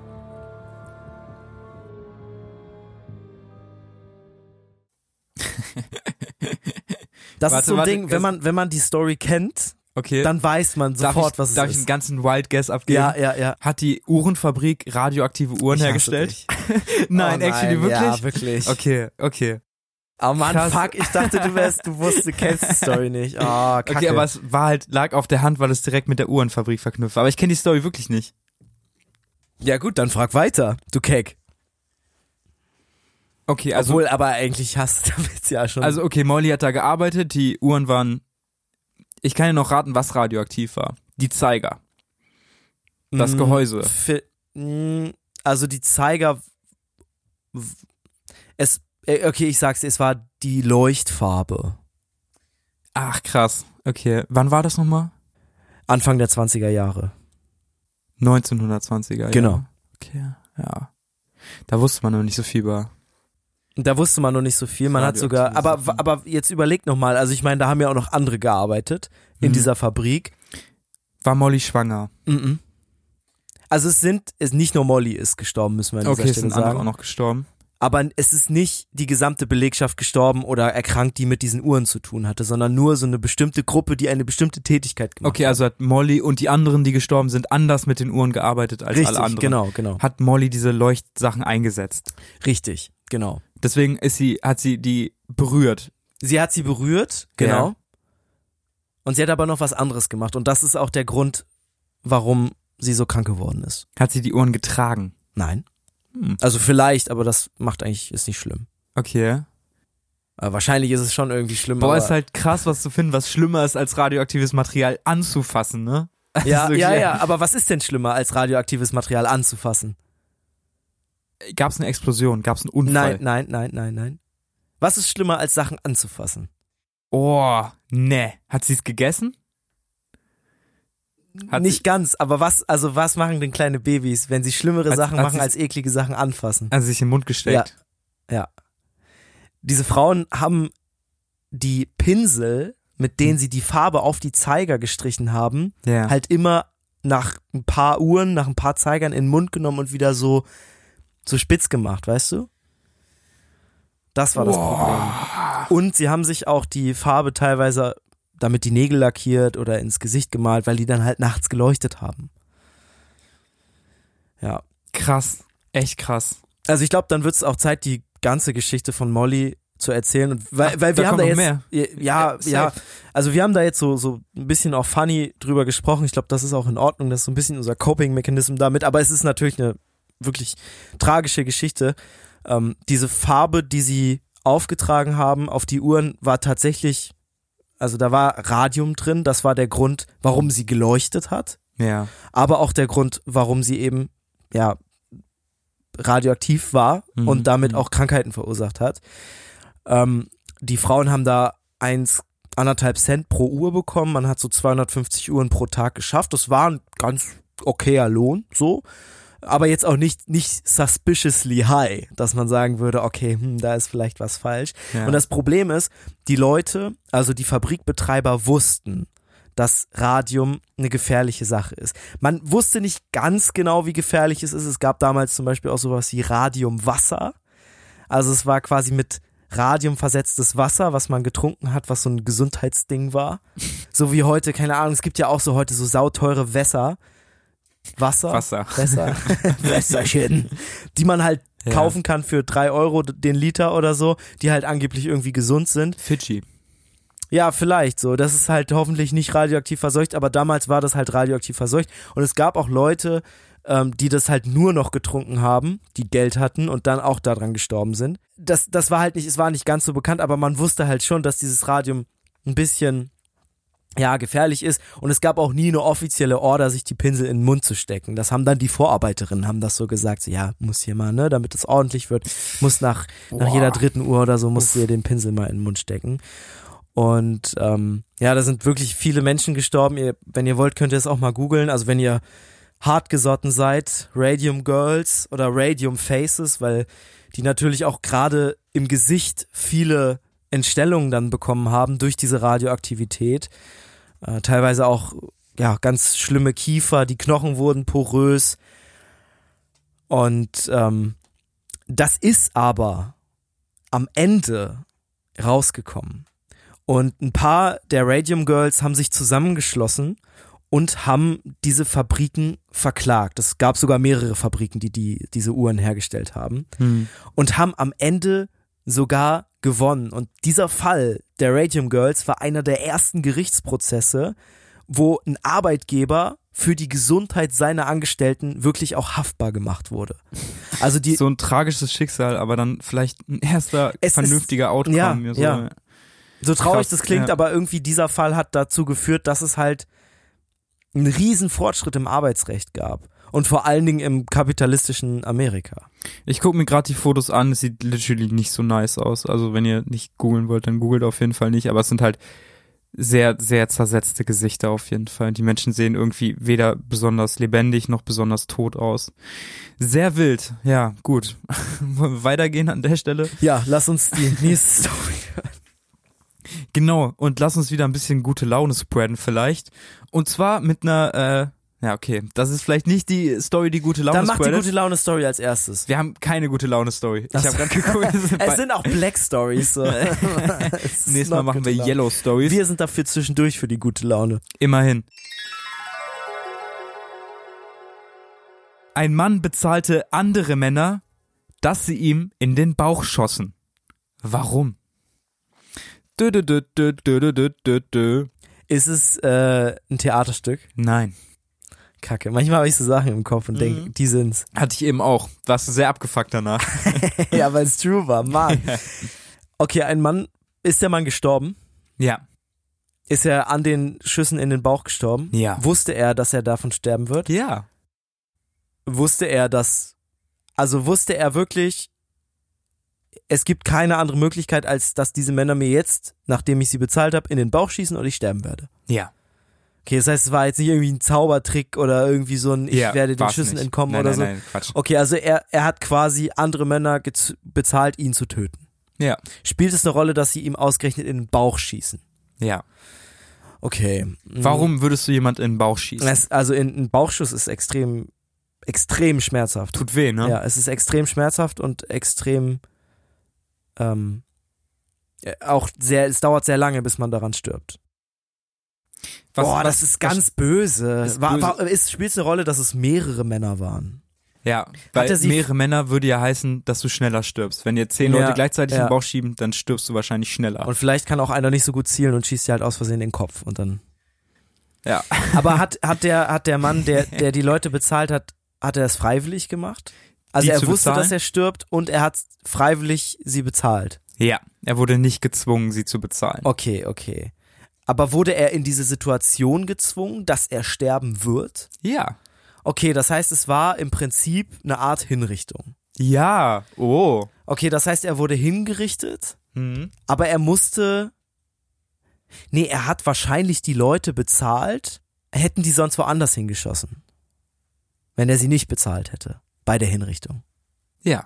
Das
Warte,
ist so ein
warte,
Ding, wenn
das-
man, wenn man die Story kennt,
Okay.
dann weiß man
darf
sofort,
ich,
was es
darf ich einen
ist.
ganzen Wild Guess abgeben?
Ja, ja, ja.
Hat die Uhrenfabrik radioaktive Uhren
Ich hasse
hergestellt?
dich.
Nein,
oh
actually,
nein,
wirklich?
Ja, wirklich.
Okay, okay.
Oh Mann,
Krass.
fuck, ich dachte, du wärst, du wusstest, kennst die Story nicht. Oh, kacke.
Okay, aber es war halt, lag auf der Hand, weil es direkt mit der Uhrenfabrik verknüpft war. Aber ich kenne die Story wirklich nicht.
ja gut, dann frag weiter, du Keck.
Okay, also,
Obwohl, ähm, aber eigentlich hast du damit ja schon.
also okay, Molly hat da gearbeitet, die Uhren waren, ich kann ja noch raten, was radioaktiv war. Die Zeiger. Das
Mm,
Gehäuse.
fi- mm, Also die Zeiger. w- Es. äh, Okay, ich sag's, dir, es war die Leuchtfarbe.
Ach, krass. Okay, wann war das nochmal?
Anfang der 20er Jahre.
1920er.
Genau.
Ja. Okay, ja. Da wusste man noch nicht so viel über.
Da wusste man noch nicht so viel. Man hat sogar.
Radioaktive
Aber,
Sachen.
aber jetzt überleg nochmal. Also, ich meine, da haben ja auch noch andere gearbeitet in
Mhm.
dieser Fabrik.
War Molly schwanger?
Mhm. Also, es sind. Es, nicht nur Molly ist gestorben, müssen wir an dieser
Okay, es
Stelle
sind andere auch
sagen.
noch gestorben.
Aber es ist nicht die gesamte Belegschaft gestorben oder erkrankt, die mit diesen Uhren zu tun hatte, sondern nur so eine bestimmte Gruppe, die eine bestimmte Tätigkeit gemacht
Okay, also hat Molly und die anderen, die gestorben sind, anders mit den Uhren gearbeitet
hat.
als
Richtig,
alle anderen.
genau, genau.
Hat Molly diese Leuchtsachen eingesetzt?
Richtig, genau.
Deswegen ist sie, hat sie die berührt.
Sie hat sie berührt, genau.
Ja.
Und sie hat aber noch was anderes gemacht. Und das ist auch der Grund, warum sie so krank geworden ist.
Hat sie die Uhren getragen.
Nein.
Hm.
Also vielleicht, aber das macht eigentlich, ist nicht schlimm.
Okay.
Aber wahrscheinlich ist es schon irgendwie schlimm.
Boah,
aber
ist halt krass, was zu finden, was schlimmer ist, als radioaktives Material anzufassen, ne?
ja,
Also,
ja, ja, aber was ist denn schlimmer, als radioaktives Material anzufassen?
Gab's eine Explosion? Gab's einen Unfall?
Nein, nein, nein, nein, nein. Was ist schlimmer, als Sachen anzufassen?
Oh, ne. Hat sie's gegessen? Hat
nicht
sie-
ganz, aber was, also was machen denn kleine Babys, wenn sie schlimmere
Hat-
Sachen
hat
machen,
sie-
als eklige Sachen anfassen?
Also sich in den Mund gesteckt.
Ja. Diese Frauen haben die Pinsel, mit denen sie die Farbe auf die Zeiger gestrichen haben,
Ja.
halt immer nach ein paar Uhren, nach ein paar Zeigern in den Mund genommen und wieder so, so spitz gemacht, weißt du? Das war das Problem. Und sie haben sich auch die Farbe teilweise damit die Nägel lackiert oder ins Gesicht gemalt, weil die dann halt nachts geleuchtet haben. Ja.
Krass. Echt krass.
Also ich glaube, dann wird es auch Zeit, die ganze Geschichte von Molly zu erzählen. Und weil, weil
da
wir haben da
kommt
jetzt.
noch
Ja,
Ja,
ja.
safe.
Also wir haben da jetzt so, so ein bisschen auch funny drüber gesprochen. Ich glaube, das ist auch in Ordnung. Das ist so ein bisschen unser Coping-Mechanismus damit. Aber es ist natürlich eine wirklich tragische Geschichte. Ähm, diese Farbe, die sie aufgetragen haben auf die Uhren, war tatsächlich. Also da war Radium drin. Das war der Grund, warum sie geleuchtet hat
Ja.
aber auch der Grund, warum sie eben ja radioaktiv war
Mhm.
und damit
Mhm.
auch Krankheiten verursacht hat. Ähm, die Frauen haben da eins anderthalb Cent pro Uhr bekommen. Man hat so 250 Uhren pro Tag geschafft. Das war ein ganz okayer Lohn, so. Aber jetzt auch nicht, nicht suspiciously high, dass man sagen würde, okay, hm, da ist vielleicht was falsch.
ja.
Und das Problem ist, die Leute, also die Fabrikbetreiber wussten, dass Radium eine gefährliche Sache ist. Man wusste nicht ganz genau, wie gefährlich es ist. Es gab damals zum Beispiel auch sowas wie Radiumwasser. Also es war quasi mit Radium versetztes Wasser, was man getrunken hat, was so ein Gesundheitsding war. So wie heute, keine Ahnung, es gibt ja auch so heute so sauteure Wässer. Wasser.
Wasser.
Wässer. Wässerchen. Die man halt
Ja.
kaufen kann für drei Euro den Liter oder so, die halt angeblich irgendwie gesund sind.
Fidschi.
Ja, vielleicht so. Das ist halt hoffentlich nicht radioaktiv verseucht, aber damals war das halt radioaktiv verseucht. Und es gab auch Leute, ähm, die das halt nur noch getrunken haben, die Geld hatten und dann auch daran gestorben sind. Das, das war halt nicht, es war nicht ganz so bekannt, aber man wusste halt schon, dass dieses Radium ein bisschen, ja, gefährlich ist. Und es gab auch nie eine offizielle Order, sich die Pinsel in den Mund zu stecken. Das haben dann die Vorarbeiterinnen, haben das so gesagt. So, ja, muss hier mal, ne, damit es ordentlich wird, muss nach, nach
Boah.
jeder dritten Uhr oder so, musst du dir den Pinsel mal in den Mund stecken. Und ähm, ja, da sind wirklich viele Menschen gestorben. Ihr, wenn ihr wollt, könnt ihr es auch mal googeln. Also wenn ihr hartgesotten seid, Radium Girls oder Radium Faces, weil die natürlich auch gerade im Gesicht viele Entstellungen dann bekommen haben durch diese Radioaktivität. Äh, teilweise auch ja ganz schlimme Kiefer, die Knochen wurden porös. Und ähm, das ist aber am Ende rausgekommen. Und ein paar der Radium Girls haben sich zusammengeschlossen und haben diese Fabriken verklagt. Es gab sogar mehrere Fabriken, die, die diese Uhren hergestellt haben
Hm.
und haben am Ende sogar gewonnen. Und dieser Fall der Radium Girls war einer der ersten Gerichtsprozesse, wo ein Arbeitgeber für die Gesundheit seiner Angestellten wirklich auch haftbar gemacht wurde. Also die,
So ein tragisches Schicksal, aber dann vielleicht ein erster
Es ist-
vernünftiger Outcome.
ja,
mir so,
ja. So traurig
Krass,
das klingt,
ja.
aber irgendwie dieser Fall hat dazu geführt, dass es halt einen riesen Fortschritt im Arbeitsrecht gab. Und vor allen Dingen im kapitalistischen Amerika.
Ich gucke mir gerade die Fotos an, es sieht literally nicht so nice aus. Also wenn ihr nicht googeln wollt, dann googelt auf jeden Fall nicht. Aber es sind halt sehr, sehr zersetzte Gesichter auf jeden Fall. Die Menschen sehen irgendwie weder besonders lebendig noch besonders tot aus. Sehr wild. Ja, gut. Wollen wir weitergehen an der Stelle?
Ja, lass uns die nächste Story.
Genau, und lass uns wieder ein bisschen gute Laune spreaden vielleicht. Und zwar mit einer, äh, ja okay, das ist vielleicht nicht die Story, die gute Laune
Dann mach die
spreadet.
gute Laune Story als erstes.
wir haben keine gute Laune Story.
Ach
Ich
so.
habe gerade geguckt. es sind
Es
bei-
sind auch Black Stories. So. Es ist
Nächstes
not
Mal machen
gute
wir
Laune.
Yellow Stories.
Wir sind dafür zwischendurch für die gute Laune.
Immerhin. Ein Mann bezahlte andere Männer, dass sie ihm in den Bauch schossen. Warum? Dö, dö, dö, dö, dö, dö, dö, dö.
Ist es äh, ein Theaterstück?
Nein.
Kacke. Manchmal habe ich so Sachen im Kopf und denke,
Mhm.
die sind's.
Hatte ich eben auch. Warst du sehr abgefuckt danach.
ja, weil es true war. Mann. Okay, ein Mann. Ist der Mann gestorben?
Ja.
Ist er an den Schüssen in den Bauch gestorben?
Ja.
Wusste er, dass er davon sterben wird?
Ja.
Wusste er, dass. Also wusste er wirklich, es gibt keine andere Möglichkeit, als dass diese Männer mir jetzt, nachdem ich sie bezahlt habe, in den Bauch schießen und ich sterben werde.
Ja.
Okay, das heißt, es war jetzt nicht irgendwie ein Zaubertrick oder irgendwie so ein Ich
Ja,
werde den
war's
Schüssen
nicht.
entkommen
nein,
oder
nein,
so.
Nein, Quatsch.
Okay, also er, er hat quasi andere Männer gez- bezahlt, ihn zu töten.
Ja,
Spielt es eine Rolle, dass sie ihm ausgerechnet in den Bauch schießen?
ja.
Okay. Mhm.
Warum würdest du jemand in den Bauch schießen?
Es, also in, ein Bauchschuss ist extrem, extrem schmerzhaft.
tut weh, ne?
Ja, es ist extrem schmerzhaft und extrem ähm, äh, auch sehr, es dauert sehr lange, bis man daran stirbt.
Was-
Boah,
was-
das ist ganz böse.
Ist
War,
böse.
war, ist, spielt es eine Rolle, dass es mehrere Männer waren?
Ja, weil
er sie-
mehrere Männer würde ja heißen, dass du schneller stirbst. Wenn dir zehn
Ja,
Leute gleichzeitig
ja.
in den Bauch schieben, dann stirbst du wahrscheinlich schneller.
Und vielleicht kann auch einer nicht so gut zielen und schießt dir halt aus Versehen den Kopf und dann.
ja.
Aber hat, hat, der, hat der Mann, der, der die Leute bezahlt hat, hat er es freiwillig gemacht? Also
Die
er
zu
wusste,
bezahlen?
dass er stirbt und er hat freiwillig sie bezahlt.
ja, er wurde nicht gezwungen, sie zu bezahlen.
Okay, okay. Aber wurde er in diese Situation gezwungen, dass er sterben wird?
Ja.
Okay, das heißt, es war im Prinzip eine Art Hinrichtung.
Ja. Oh.
Okay, das heißt, er wurde hingerichtet,
Mhm.
aber er musste. Nee, er hat wahrscheinlich die Leute bezahlt, hätten die sonst woanders hingeschossen. Wenn er sie nicht bezahlt hätte. Bei der Hinrichtung.
Ja.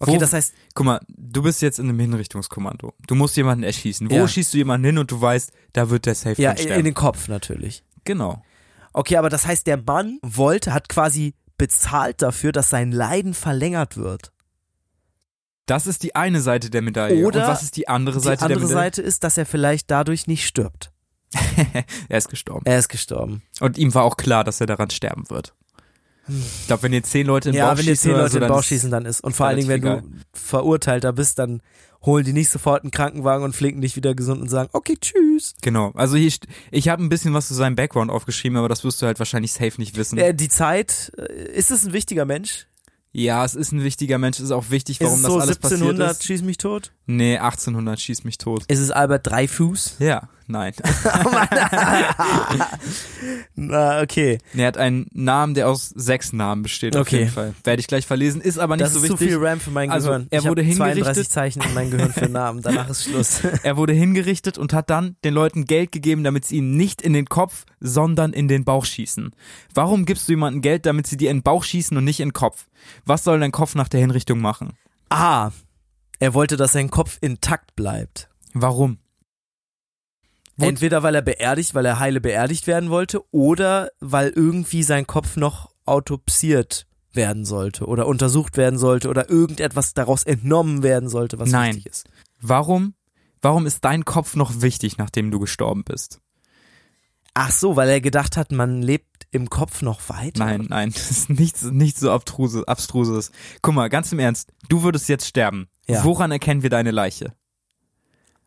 Okay,
Wo-
das heißt,
Guck mal, du bist jetzt in einem Hinrichtungskommando. Du musst jemanden erschießen. Wo
Ja.
schießt du jemanden hin und du weißt, da wird der safe
ja,
dran
in,
sterben.
in den Kopf natürlich.
genau.
Okay, aber das heißt, der Mann wollte, hat quasi bezahlt dafür, dass sein Leiden verlängert wird.
Das ist die eine Seite der Medaille.
Oder
und was ist die andere Seite
die andere
der Medaille?
Seite ist, dass er vielleicht dadurch nicht stirbt.
er ist gestorben.
Er ist gestorben.
Und ihm war auch klar, dass er daran sterben wird. Ich glaube, wenn dir zehn Leute in den
ja,
Bauch
wenn die
schießen,
zehn
oder
Leute
so,
in den
dann
Bauch
ist-
schießen, dann ist. Und vor allen Dingen, wenn
relativ
du verurteilter bist, dann holen die nicht sofort einen Krankenwagen und flinken dich wieder gesund und sagen, okay, tschüss.
Genau. Also hier, st- ich habe ein bisschen was zu seinem Background aufgeschrieben, aber das wirst du halt wahrscheinlich safe nicht wissen.
Äh, die Zeit, äh, ist es ein wichtiger Mensch?
ja, es ist ein wichtiger Mensch, es ist auch wichtig,
Ist
warum
es
das
so
alles
1700,
passiert ist.
schieß mich tot?
Nee, 1800 schieß mich tot.
Ist es Albert Dreifuß?
Ja, nein. Oh
Na, okay.
er hat einen Namen, der aus sechs Namen besteht auf
Okay.
jeden Fall. Werde ich gleich verlesen, ist aber nicht
Das
so
ist zu
wichtig.
viel RAM für mein
Also,
Gehirn.
er
ich hab
wurde hingerichtet.
32 Zeichen in meinem Gehirn für Namen. Danach ist Schluss.
Er wurde hingerichtet und hat dann den Leuten Geld gegeben, damit sie ihm nicht in den Kopf, sondern in den Bauch schießen. Warum gibst du jemandem Geld, damit sie dir in den Bauch schießen und nicht in den Kopf? Was soll dein Kopf nach der Hinrichtung machen?
ah, er wollte, dass sein Kopf intakt bleibt.
Warum? Wund-
Entweder weil er beerdigt, weil er heile beerdigt werden wollte, oder weil irgendwie sein Kopf noch autopsiert werden sollte oder untersucht werden sollte oder irgendetwas daraus entnommen werden sollte, was
Nein.
wichtig ist.
Warum? Warum ist dein Kopf noch wichtig, nachdem du gestorben bist?
Ach so, weil er gedacht hat, man lebt im Kopf noch weiter.
Nein, nein, das ist nichts, nichts so abstruse, abstruses. Guck mal, ganz im Ernst, du würdest jetzt sterben.
Ja.
Woran erkennen wir deine Leiche?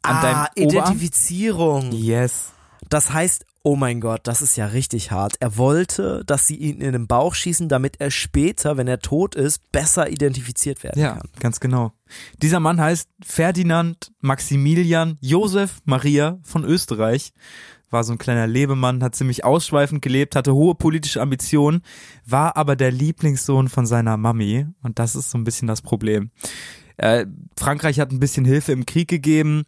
An
ah,
deinem Oberarm?
Identifizierung.
Yes.
Das heißt, oh mein Gott, das ist ja richtig hart. Er wollte, dass sie ihn in den Bauch schießen, damit er später, wenn er tot ist, besser identifiziert werden
Ja,
kann.
ganz genau. Dieser Mann heißt Ferdinand Maximilian Josef Maria von Österreich. War so ein kleiner Lebemann, hat ziemlich ausschweifend gelebt, hatte hohe politische Ambitionen, war aber der Lieblingssohn von seiner Mami. Und das ist so ein bisschen das Problem. Äh, Frankreich hat ein bisschen Hilfe im Krieg gegeben.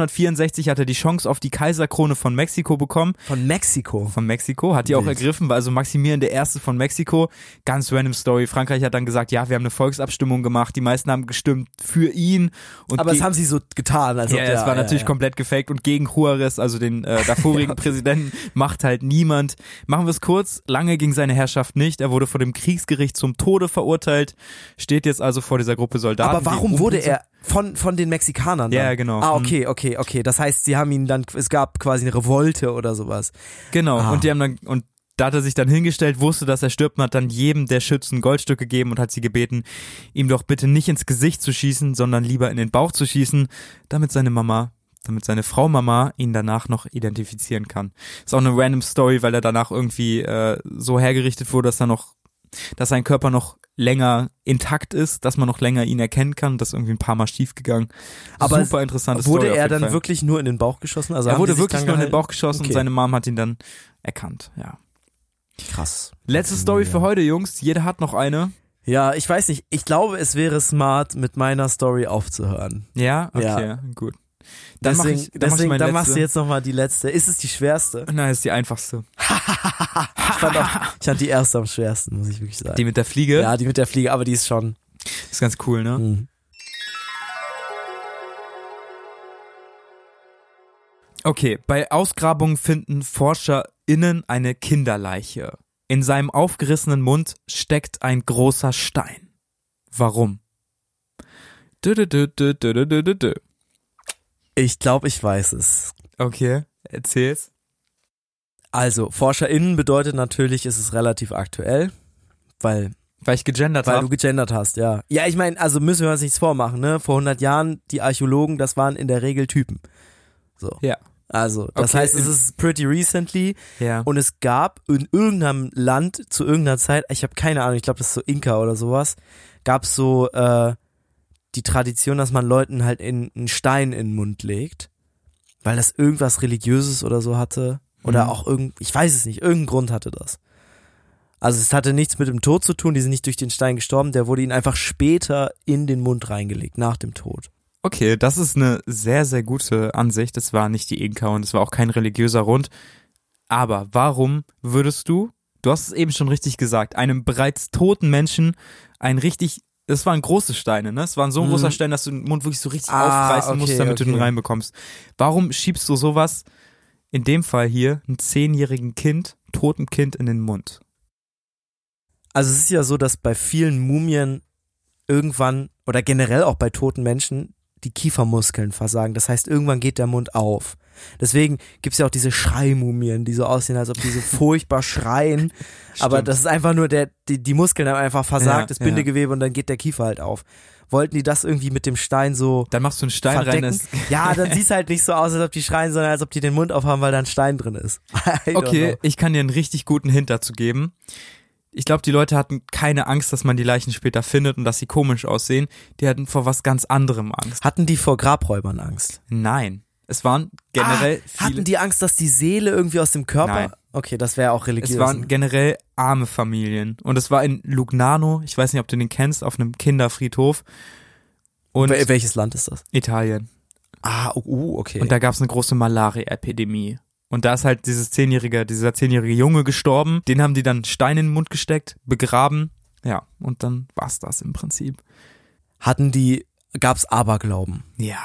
1864 hat er die Chance auf die Kaiserkrone von Mexiko bekommen
Von Mexiko.
von Mexiko, hat die auch
Wild.
ergriffen, war also Maximilian der Erste von Mexiko. Ganz random Story. Frankreich hat dann gesagt, ja, wir haben eine Volksabstimmung gemacht, die meisten haben gestimmt für ihn. Und
Aber das
ge-
haben sie so getan. Als
ja,
ob
es war
ja,
natürlich
ja.
komplett gefaked und gegen Juarez, also den äh, davorigen Präsidenten, macht halt niemand. Machen wir es kurz, lange ging seine Herrschaft nicht, er wurde vor dem Kriegsgericht zum Tode verurteilt, steht jetzt also vor dieser Gruppe Soldaten.
Aber
die
warum
ihn
wurde
umbringen.
er von, von den Mexikanern? Dann?
Ja, ja, genau.
Ah,
Mhm.
okay, okay, okay. Das heißt, sie haben ihn dann, es gab quasi eine Revolte oder sowas.
Genau,
Ah.
und die haben dann, und da hat er sich dann hingestellt, wusste, dass er stirbt und hat dann jedem der Schützen Goldstück gegeben und hat sie gebeten, ihm doch bitte nicht ins Gesicht zu schießen, sondern lieber in den Bauch zu schießen, damit seine Mama, damit seine Frau Mama ihn danach noch identifizieren kann. Ist auch eine random Story, weil er danach irgendwie äh, so hergerichtet wurde, dass er noch, dass sein Körper noch länger intakt ist, dass man noch länger ihn erkennen kann, das ist irgendwie ein paar Mal schief gegangen.
Aber
Super interessantes
wurde
Story auf
er
jeden
dann
Fall.
wirklich nur in den Bauch geschossen? Also
Er
haben die
wurde
sich
wirklich
dran
nur in den
gehalten?
Bauch geschossen
Okay.
und seine Mom hat ihn dann erkannt, ja.
Krass.
Letzte Story für heute, Jungs. Jeder hat noch eine.
Ja, ich weiß nicht. Ich glaube, es wäre smart, mit meiner Story aufzuhören.
Ja? Okay,
Ja.
gut. Dann mach
deswegen,
ich, dann, mach ich
deswegen,
meine
dann
letzte.
machst du jetzt nochmal die letzte. Ist es die schwerste?
Nein, ist die einfachste.
Ich fand, auch, ich fand die erste am schwersten, muss ich wirklich sagen.
Die mit der Fliege.
ja, die mit der Fliege, aber die ist schon.
Ist ganz cool, ne?
Mhm.
Okay, bei Ausgrabungen finden ForscherInnen eine Kinderleiche. In seinem aufgerissenen Mund steckt ein großer Stein. Warum? Dö, dö, dö, dö, dö, dö, dö, dö, dö.
Ich glaube, ich weiß es.
Okay, erzähl's.
Also, ForscherInnen bedeutet natürlich, ist es relativ aktuell, weil,
Weil ich gegendert
weil
habe.
du gegendert hast, ja. Ja, ich meine, also müssen wir uns nichts vormachen, ne? Vor 100 Jahren, die Archäologen, das waren in der Regel Typen. So.
Ja.
Also, das
Okay,
heißt, es
in-
ist pretty recently
Ja.
und es gab in irgendeinem Land zu irgendeiner Zeit, ich habe keine Ahnung, ich glaube, das ist so Inka oder sowas, gab es so äh, die Tradition, dass man Leuten halt in, einen Stein in den Mund legt, weil das irgendwas Religiöses oder so hatte. Oder
Mhm.
auch irgend, ich weiß es nicht, irgendeinen Grund hatte das. Also es hatte nichts mit dem Tod zu tun, die sind nicht durch den Stein gestorben, der wurde ihnen einfach später in den Mund reingelegt, nach dem Tod.
Okay, das ist eine sehr, sehr gute Ansicht. Es war nicht die Inka und es war auch kein religiöser Grund. Aber warum würdest du, du hast es eben schon richtig gesagt, einem bereits toten Menschen ein richtig, es waren große Steine, ne? Es waren so ein
Mhm.
großer Stein, dass du den Mund wirklich so richtig
Ah,
aufreißen
okay,
musst, damit du den
okay.
reinbekommst. Warum schiebst du sowas, in dem Fall hier, einem zehnjährigen Kind, totem Kind in den Mund?
Also es ist ja so, dass bei vielen Mumien irgendwann oder generell auch bei toten Menschen die Kiefermuskeln versagen. Das heißt, irgendwann geht der Mund auf. Deswegen gibt's ja auch diese Schreimumien, die so aussehen, als ob die so furchtbar schreien. Aber
Stimmt.
das ist einfach nur der, die, die Muskeln haben einfach versagt,
Ja,
das
ja.
Bindegewebe und dann geht der Kiefer halt auf. Wollten die das irgendwie mit dem Stein so
Dann machst du einen Stein rein,
verdecken?
das
Ja, dann sieht's halt nicht so aus, als ob die schreien, sondern als ob die den Mund aufhaben, weil da ein Stein drin ist. I don't
Okay,
know.
ich kann dir einen richtig guten Hint dazu geben. Ich glaube, die Leute hatten keine Angst, dass man die Leichen später findet und dass sie komisch aussehen. Die hatten vor was ganz anderem Angst.
Hatten die vor Grabräubern Angst?
Nein, es waren generell
ah,
viele.
hatten die Angst, dass die Seele irgendwie aus dem Körper?
Nein.
Okay, das wäre auch religiös. ne?
es waren generell arme Familien und es war in Lugnano. Ich weiß nicht, ob du den kennst, auf einem Kinderfriedhof und
Wel welches Land ist das?
Italien.
Ah, oh, oh, okay.
Und da gab es eine große Malaria-Epidemie. Und da ist halt dieses zehnjährige, dieser zehnjährige Junge gestorben. Den haben die dann Stein in den Mund gesteckt, begraben. Ja, und dann war's das im Prinzip.
hatten die gab's Aberglauben?
Ja.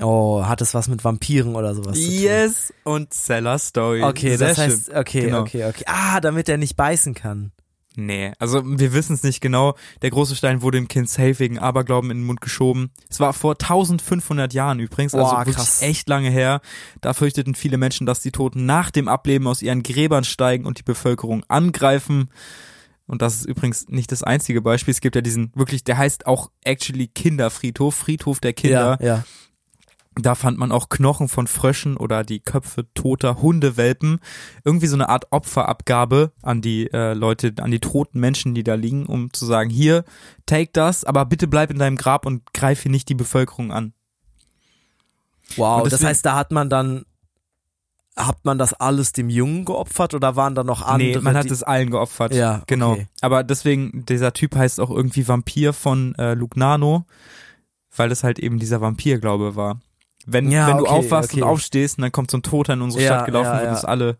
Oh, hat es was mit Vampiren oder sowas zu
Yes und Seller Story.
tun? Okay,
Sehr
das
schön.
heißt, okay,
Genau.
okay, okay. Ah, damit er nicht beißen kann.
Nee, also wir wissen es nicht genau. Der große Stein wurde dem Kind safe wegen Aberglauben in den Mund geschoben. Es war vor 1500 Jahren übrigens, also
Boah,
wirklich
krass.
echt lange her. Da fürchteten viele Menschen, dass die Toten nach dem Ableben aus ihren Gräbern steigen und die Bevölkerung angreifen. Und das ist übrigens nicht das einzige Beispiel. Es gibt ja diesen wirklich, der heißt auch actually Kinderfriedhof, Friedhof der Kinder.
Ja, ja.
Da fand man auch Knochen von Fröschen oder die Köpfe toter Hundewelpen. Irgendwie so eine Art Opferabgabe an die äh, Leute, an die toten Menschen, die da liegen, um zu sagen, hier, take das, aber bitte bleib in deinem Grab und greif hier nicht die Bevölkerung an.
Wow,
Und
das
deswegen-
heißt, da hat man dann hat man das alles dem Jungen geopfert oder waren da noch andere?
nee, man hat
die-
es allen geopfert.
Ja,
Genau.
okay.
Aber deswegen, dieser Typ heißt auch irgendwie Vampir von äh, Lugnano, weil es halt eben dieser Vampirglaube war. Wenn,
Ja,
wenn du
okay,
aufwachst und
okay.
aufstehst und dann kommt so ein Toter in unsere
Ja,
Stadt gelaufen
ja,
und wird
ja.
uns alle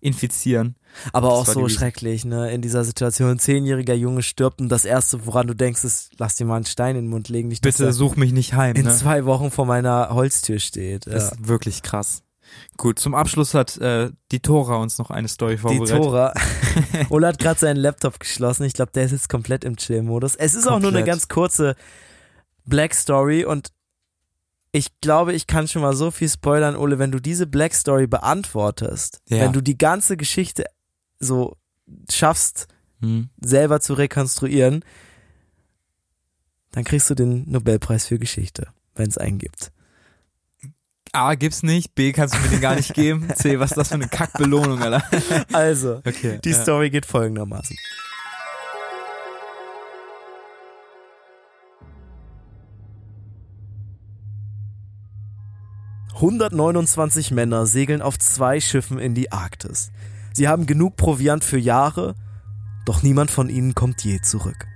infizieren.
Aber
Das
auch
war
so
die-
schrecklich, ne? In dieser Situation, ein zehnjähriger Junge stirbt und das erste, woran du denkst, ist, lass dir mal einen Stein in den Mund legen, nicht dass
Bitte
er
such mich nicht heim.
in
ne?
zwei Wochen vor meiner Holztür steht. Ja.
Das ist wirklich krass. Gut, zum Abschluss hat äh, die Tora uns noch eine Story
Die
vorbereitet.
Tora. Ola hat gerade seinen Laptop geschlossen. Ich glaube, der ist jetzt komplett im Chill-Modus. Es ist auch nur eine
Komplett.
ganz kurze Black Story und ich glaube, ich kann schon mal so viel spoilern, Ole, wenn du diese Black Story beantwortest,
Ja.
wenn du die ganze Geschichte so schaffst,
Hm.
selber zu rekonstruieren, dann kriegst du den Nobelpreis für Geschichte, wenn es einen gibt.
A gibt's nicht, B kannst du mir den gar nicht geben, C, was ist das für eine Kackbelohnung, Alter?
Also,
Okay.
die
ja.
Story geht folgendermaßen. ...129 Männer segeln auf zwei Schiffen in die Arktis. Sie haben genug Proviant für Jahre, doch niemand von ihnen kommt je zurück.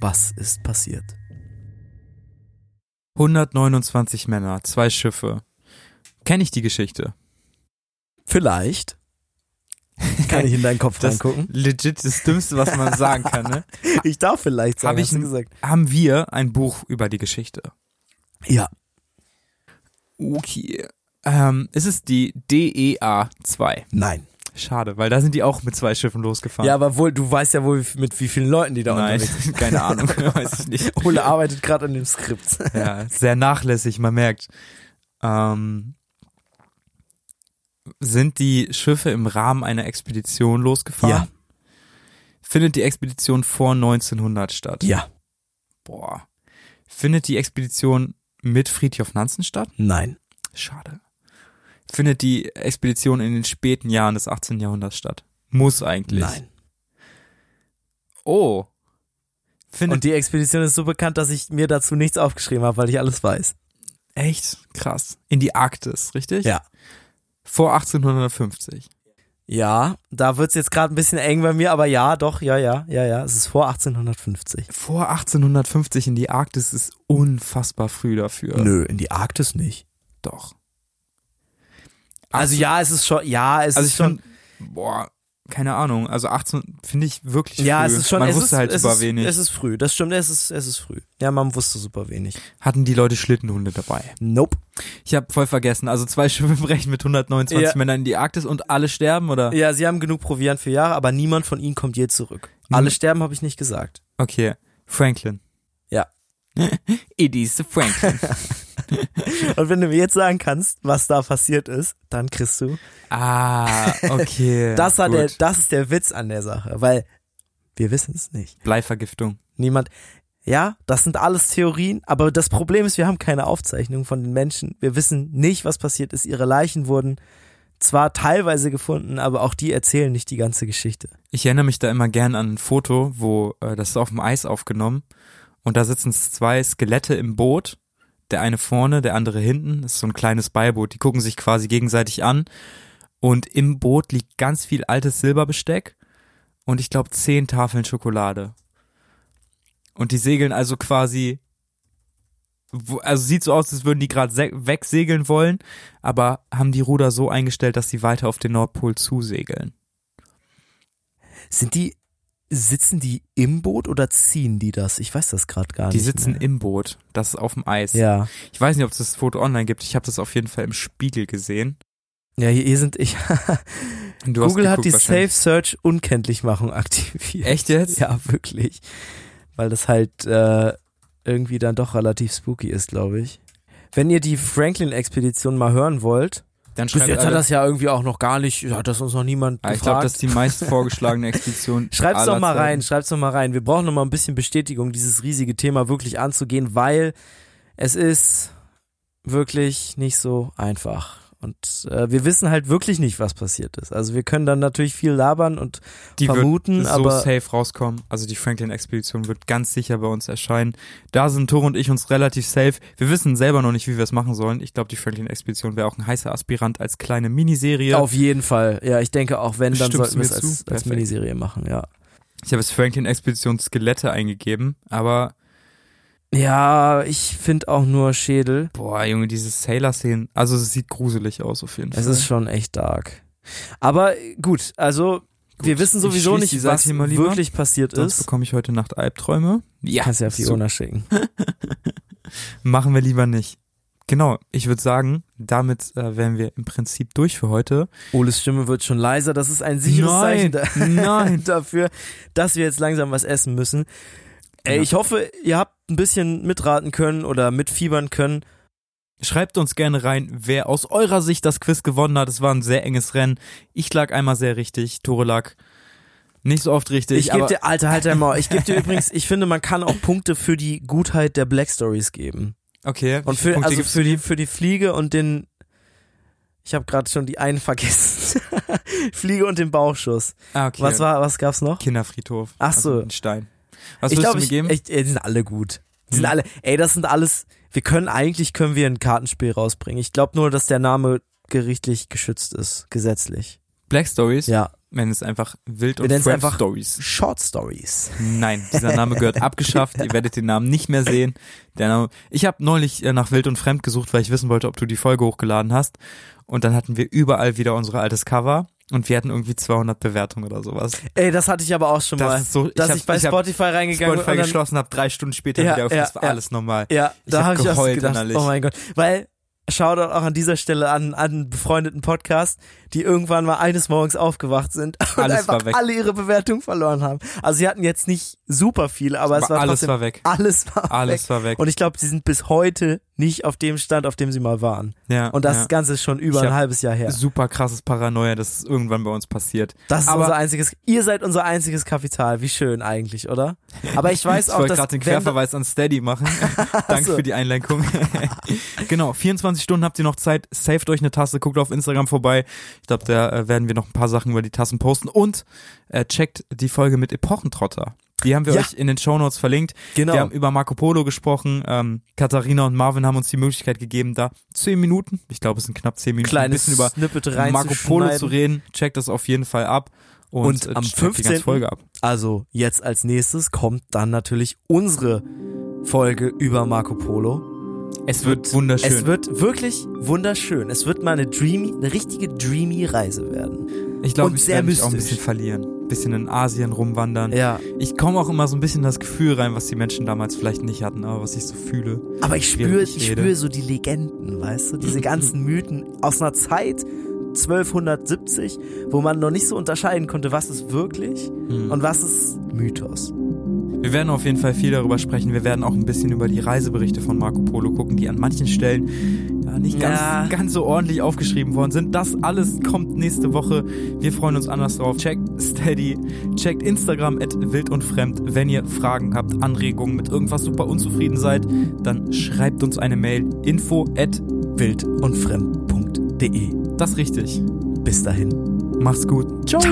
Was ist passiert?
129 Männer, zwei Schiffe. Kenne ich die Geschichte?
Vielleicht. Kann ich in deinen Kopf
Das-
reingucken?
Legit das Dümmste, was man sagen kann, ne?
Ich darf vielleicht sagen,
Hab ich
hast du
n-
gesagt.
Haben wir ein Buch über die Geschichte?
Ja.
Okay. Ähm, es ist die DEA 2.
Nein.
Schade, weil da sind die auch mit zwei Schiffen losgefahren.
Ja, aber wohl, du weißt ja wohl, wie- mit wie vielen Leuten die da
Nein,
unterwegs sind.
keine Ahnung, weiß ich nicht.
Ole arbeitet gerade an dem Skript.
Ja, sehr nachlässig, man merkt. Ähm, sind die Schiffe im Rahmen einer Expedition losgefahren?
Ja.
Findet die Expedition vor 1900 statt?
Ja.
Boah. Findet die Expedition mit Friedhof Nansen statt?
Nein.
Schade. Findet die Expedition in den späten Jahren des 18. Jahrhunderts statt? Muss eigentlich.
Nein.
Oh. Findet
Und die Expedition ist so bekannt, dass ich mir dazu nichts aufgeschrieben habe, weil ich alles weiß.
echt krass. In die Arktis, richtig?
Ja.
Vor 1850.
Ja, da wird's jetzt gerade ein bisschen eng bei mir, aber ja, doch, ja, ja, ja, ja. Es ist vor 1850.
Vor 1850 in die Arktis ist unfassbar früh dafür.
Nö, in die Arktis nicht.
Doch.
Also ja, es ist schon, ja, es
Also
ist
ich
schon,
finde, boah, keine Ahnung. Also 18 finde ich wirklich
ja,
früh.
es ist schon,
Man
es
wusste
ist,
halt
es
super
ist,
wenig.
Es ist früh, das stimmt, es ist, es ist früh. Ja, man wusste super wenig.
Hatten die Leute Schlittenhunde dabei?
Nope.
Ich habe voll vergessen. Also zwei Schiffe brechen mit 129
Ja.
Männern in die Arktis und alle sterben oder?
Ja, sie haben genug Proviant für Jahre, aber niemand von ihnen kommt je zurück.
Mhm.
Alle sterben, habe ich nicht gesagt.
Okay, Franklin.
Ja.
It is Franklin.
Und wenn du mir jetzt sagen kannst, was da passiert ist, dann kriegst du.
ah, okay.
das, war
gut.
der, das ist der Witz an der Sache, weil wir wissen es nicht.
Bleivergiftung.
Niemand. Ja, das sind alles Theorien, aber das Problem ist, wir haben keine Aufzeichnung von den Menschen. Wir wissen nicht, was passiert ist. Ihre Leichen wurden zwar teilweise gefunden, aber auch die erzählen nicht die ganze Geschichte.
Ich erinnere mich da immer gern an ein Foto, wo äh, das ist auf dem Eis aufgenommen und da sitzen zwei Skelette im Boot. Der eine vorne, der andere hinten. Das ist so ein kleines Beiboot. Die gucken sich quasi gegenseitig an und im Boot liegt ganz viel altes Silberbesteck und ich glaube zehn Tafeln Schokolade. Und die segeln also quasi, wo- also sieht so aus, als würden die gerade se- wegsegeln wollen, aber haben die Ruder so eingestellt, dass sie weiter auf den Nordpol zusegeln.
Sind die, sitzen die im Boot oder ziehen die das? Ich weiß das gerade gar
Die
nicht.
sitzen
mehr.
im Boot, das ist auf dem Eis.
Ja.
Ich weiß nicht, ob es das Foto online gibt. Ich habe das auf jeden Fall im Spiegel gesehen.
Ja, hier, hier sind ich.
Und du hast
Google hat
geguckt
die Safe
wahrscheinlich.
Search Unkenntlichmachung aktiviert.
Echt jetzt?
Ja, wirklich. Weil das halt äh, irgendwie dann doch relativ spooky ist, glaube ich. Wenn ihr die Franklin-Expedition mal hören wollt,
Dann
bis
schreibt
jetzt hat
alle-
das ja irgendwie auch noch gar nicht, hat das uns noch niemand
Ah,
gefragt.
ich glaube, das ist die meist vorgeschlagene Expedition.
Schreib's
aller
doch mal
Zeiten.
rein, schreib's doch mal rein. Wir brauchen noch mal ein bisschen Bestätigung, dieses riesige Thema wirklich anzugehen, weil es ist wirklich nicht so einfach. Und äh, wir wissen halt wirklich nicht, was passiert ist. Also wir können dann natürlich viel labern und
Die wird
vermuten,
so
aber
safe rauskommen. Also die Franklin-Expedition wird ganz sicher bei uns erscheinen. Da sind Tore und ich uns relativ safe. Wir wissen selber noch nicht, wie wir es machen sollen. Ich glaube, die Franklin-Expedition wäre auch ein heißer Aspirant als kleine Miniserie.
Auf jeden Fall. Ja, ich denke auch, wenn, dann sollten
Stimmst du
wir
mir
es als,
zu?
als
Perfekt.
Miniserie machen, ja.
Ich habe jetzt Franklin-Expedition Skelette eingegeben, aber
Ja, ich finde auch nur Schädel.
Boah, Junge, diese Sailor-Szenen. Also, es sieht gruselig aus, auf jeden Fall.
Es ist schon echt dark. Aber äh, gut, also
Gut,
wir wissen
ich
sowieso
schließ
nicht,
die Seite
was
hier mal lieber.
wirklich passiert
Sonst
ist.
bekomme ich heute Nacht Albträume. Ja,
Kannst ja Fiona schicken.
so machen wir lieber nicht. Genau, ich würde sagen, damit äh, wären wir im Prinzip durch für heute.
Oles Stimme wird schon leiser. Das ist ein sicheres Zeichen da
nein.
dafür, dass wir jetzt langsam was essen müssen. Ey,
Ja.
ich hoffe, ihr habt ein bisschen mitraten können oder mitfiebern können.
Schreibt uns gerne rein, wer aus eurer Sicht das Quiz gewonnen hat. Es war ein sehr enges Rennen. Ich lag einmal sehr richtig, Tore lag nicht so oft richtig.
Ich gebe
aber
dir, Alter, halt dein Maul. Ich gebe dir übrigens, ich finde, man kann auch Punkte für die Gutheit der Black Stories geben.
okay, wie
Und
viele
für,
Punkte
also
gibst
für
du
die, für die Fliege und den. Ich habe gerade schon die einen vergessen. Fliege und den Bauchschuss.
mir? ah, okay.
Was war, was gab's noch?
Kinderfriedhof.
Ach so.
Also ein Stein. Was
ich
würdest
glaube,
du mir
ich,
geben?
ich, ey, die sind alle gut. Die sind
Hm.
alle, ey, das sind alles, wir können eigentlich, können wir ein Kartenspiel rausbringen. Ich glaube nur, dass der Name gerichtlich geschützt ist, gesetzlich.
Black Stories?
Ja,
nennen es einfach Wild
Wir
und
nennen es
Friend
einfach-
Stories.
Short Stories.
Nein, dieser Name gehört abgeschafft. Ihr werdet den Namen nicht mehr sehen. Der Name, ich habe neulich äh, nach Wild und Fremd gesucht, weil ich wissen wollte, ob du die Folge hochgeladen hast. Und dann hatten wir überall wieder unser altes Cover und wir hatten irgendwie 200 Bewertungen oder sowas.
Ey, das hatte ich aber auch schon
Das
mal.
ist so- ich
dass ich,
hab-
bei
ich hab
Spotify reingegangen
Spotify
bin. und dann-
geschlossen habe, drei Stunden später
Ja,
wieder auf,
ja,
das war
ja.
alles normal.
Ja,
Ich
da
hab
habe ich auch so
geheult
gedacht,
innerlich.
oh mein Gott. Weil, Shoutout auch an dieser Stelle an, an einen befreundeten Podcast, die irgendwann mal eines Morgens aufgewacht sind und
Alles war
einfach
weg.
alle ihre Bewertung verloren haben. Also sie hatten jetzt nicht super viel, aber es
Aber
war
alles
trotzdem,
war weg.
alles war
Alles
weg.
war weg.
Und ich glaube, sie sind bis heute nicht auf dem Stand, auf dem sie mal waren.
ja,
Und das
ja.
Ganze ist schon über
Ich
ein
hab-
halbes Jahr her.
super krasses Paranoia, das ist irgendwann bei uns passiert.
Das ist
Aber-
unser einziges, ihr seid unser einziges Kapital. Wie schön eigentlich, oder? Aber ich weiß
ich
auch,
wollte
dass
gerade den
wenn-
Querverweis an Steady machen. Danke
so.
für die Einlenkung. genau, 24 Stunden habt ihr noch Zeit. Saved euch eine Tasse, guckt auf Instagram vorbei. Ich glaube, da äh, werden wir noch ein paar Sachen über die Tassen posten. Und äh, checkt die Folge mit Epochentrotter. Die haben wir
Ja.
euch in den Shownotes verlinkt.
genau.
Wir haben über Marco Polo gesprochen. Ähm, Katharina und Marvin haben uns die Möglichkeit gegeben, da 10 Minuten, ich glaube, es sind knapp 10 Minuten, ein
kleines
bisschen über
Snippet
Marco Polo zu
reinzuschneiden.
reden. Checkt das auf jeden Fall ab. Und,
Und
äh,
am
checkt die
15.
ganze Folge ab.
Also jetzt als nächstes kommt dann natürlich unsere Folge über Marco Polo.
Es wird wunderschön.
Es wird wirklich wunderschön. Es wird mal eine dreamy, eine richtige dreamy Reise werden.
ich glaube,
und
ich
sehr
werde mich auch ein
mystisch.
bisschen verlieren. Ein bisschen in Asien rumwandern.
Ja,
Ich komme auch immer so ein bisschen in das Gefühl rein, was die Menschen damals vielleicht nicht hatten, aber was ich so fühle.
aber ich spüre,
Während ich
ich
rede.
spüre so die Legenden, weißt du, diese ganzen Mythen aus einer Zeit 1270, wo man noch nicht so unterscheiden konnte, was ist wirklich
Hm.
und was ist Mythos.
Wir werden auf jeden Fall viel darüber sprechen. Wir werden auch ein bisschen über die Reiseberichte von Marco Polo gucken, die an manchen Stellen ja, nicht ganz,
Ja.
ganz so ordentlich aufgeschrieben worden sind. Das alles kommt nächste Woche. Wir freuen uns anders drauf. Checkt Steady, checkt Instagram at wild und fremd. Wenn ihr Fragen habt, Anregungen, mit irgendwas super unzufrieden seid, dann schreibt uns eine Mail. Info at
Wild und fremd.de.
E. das richtig.
Bis dahin.
Macht's gut. Ciao.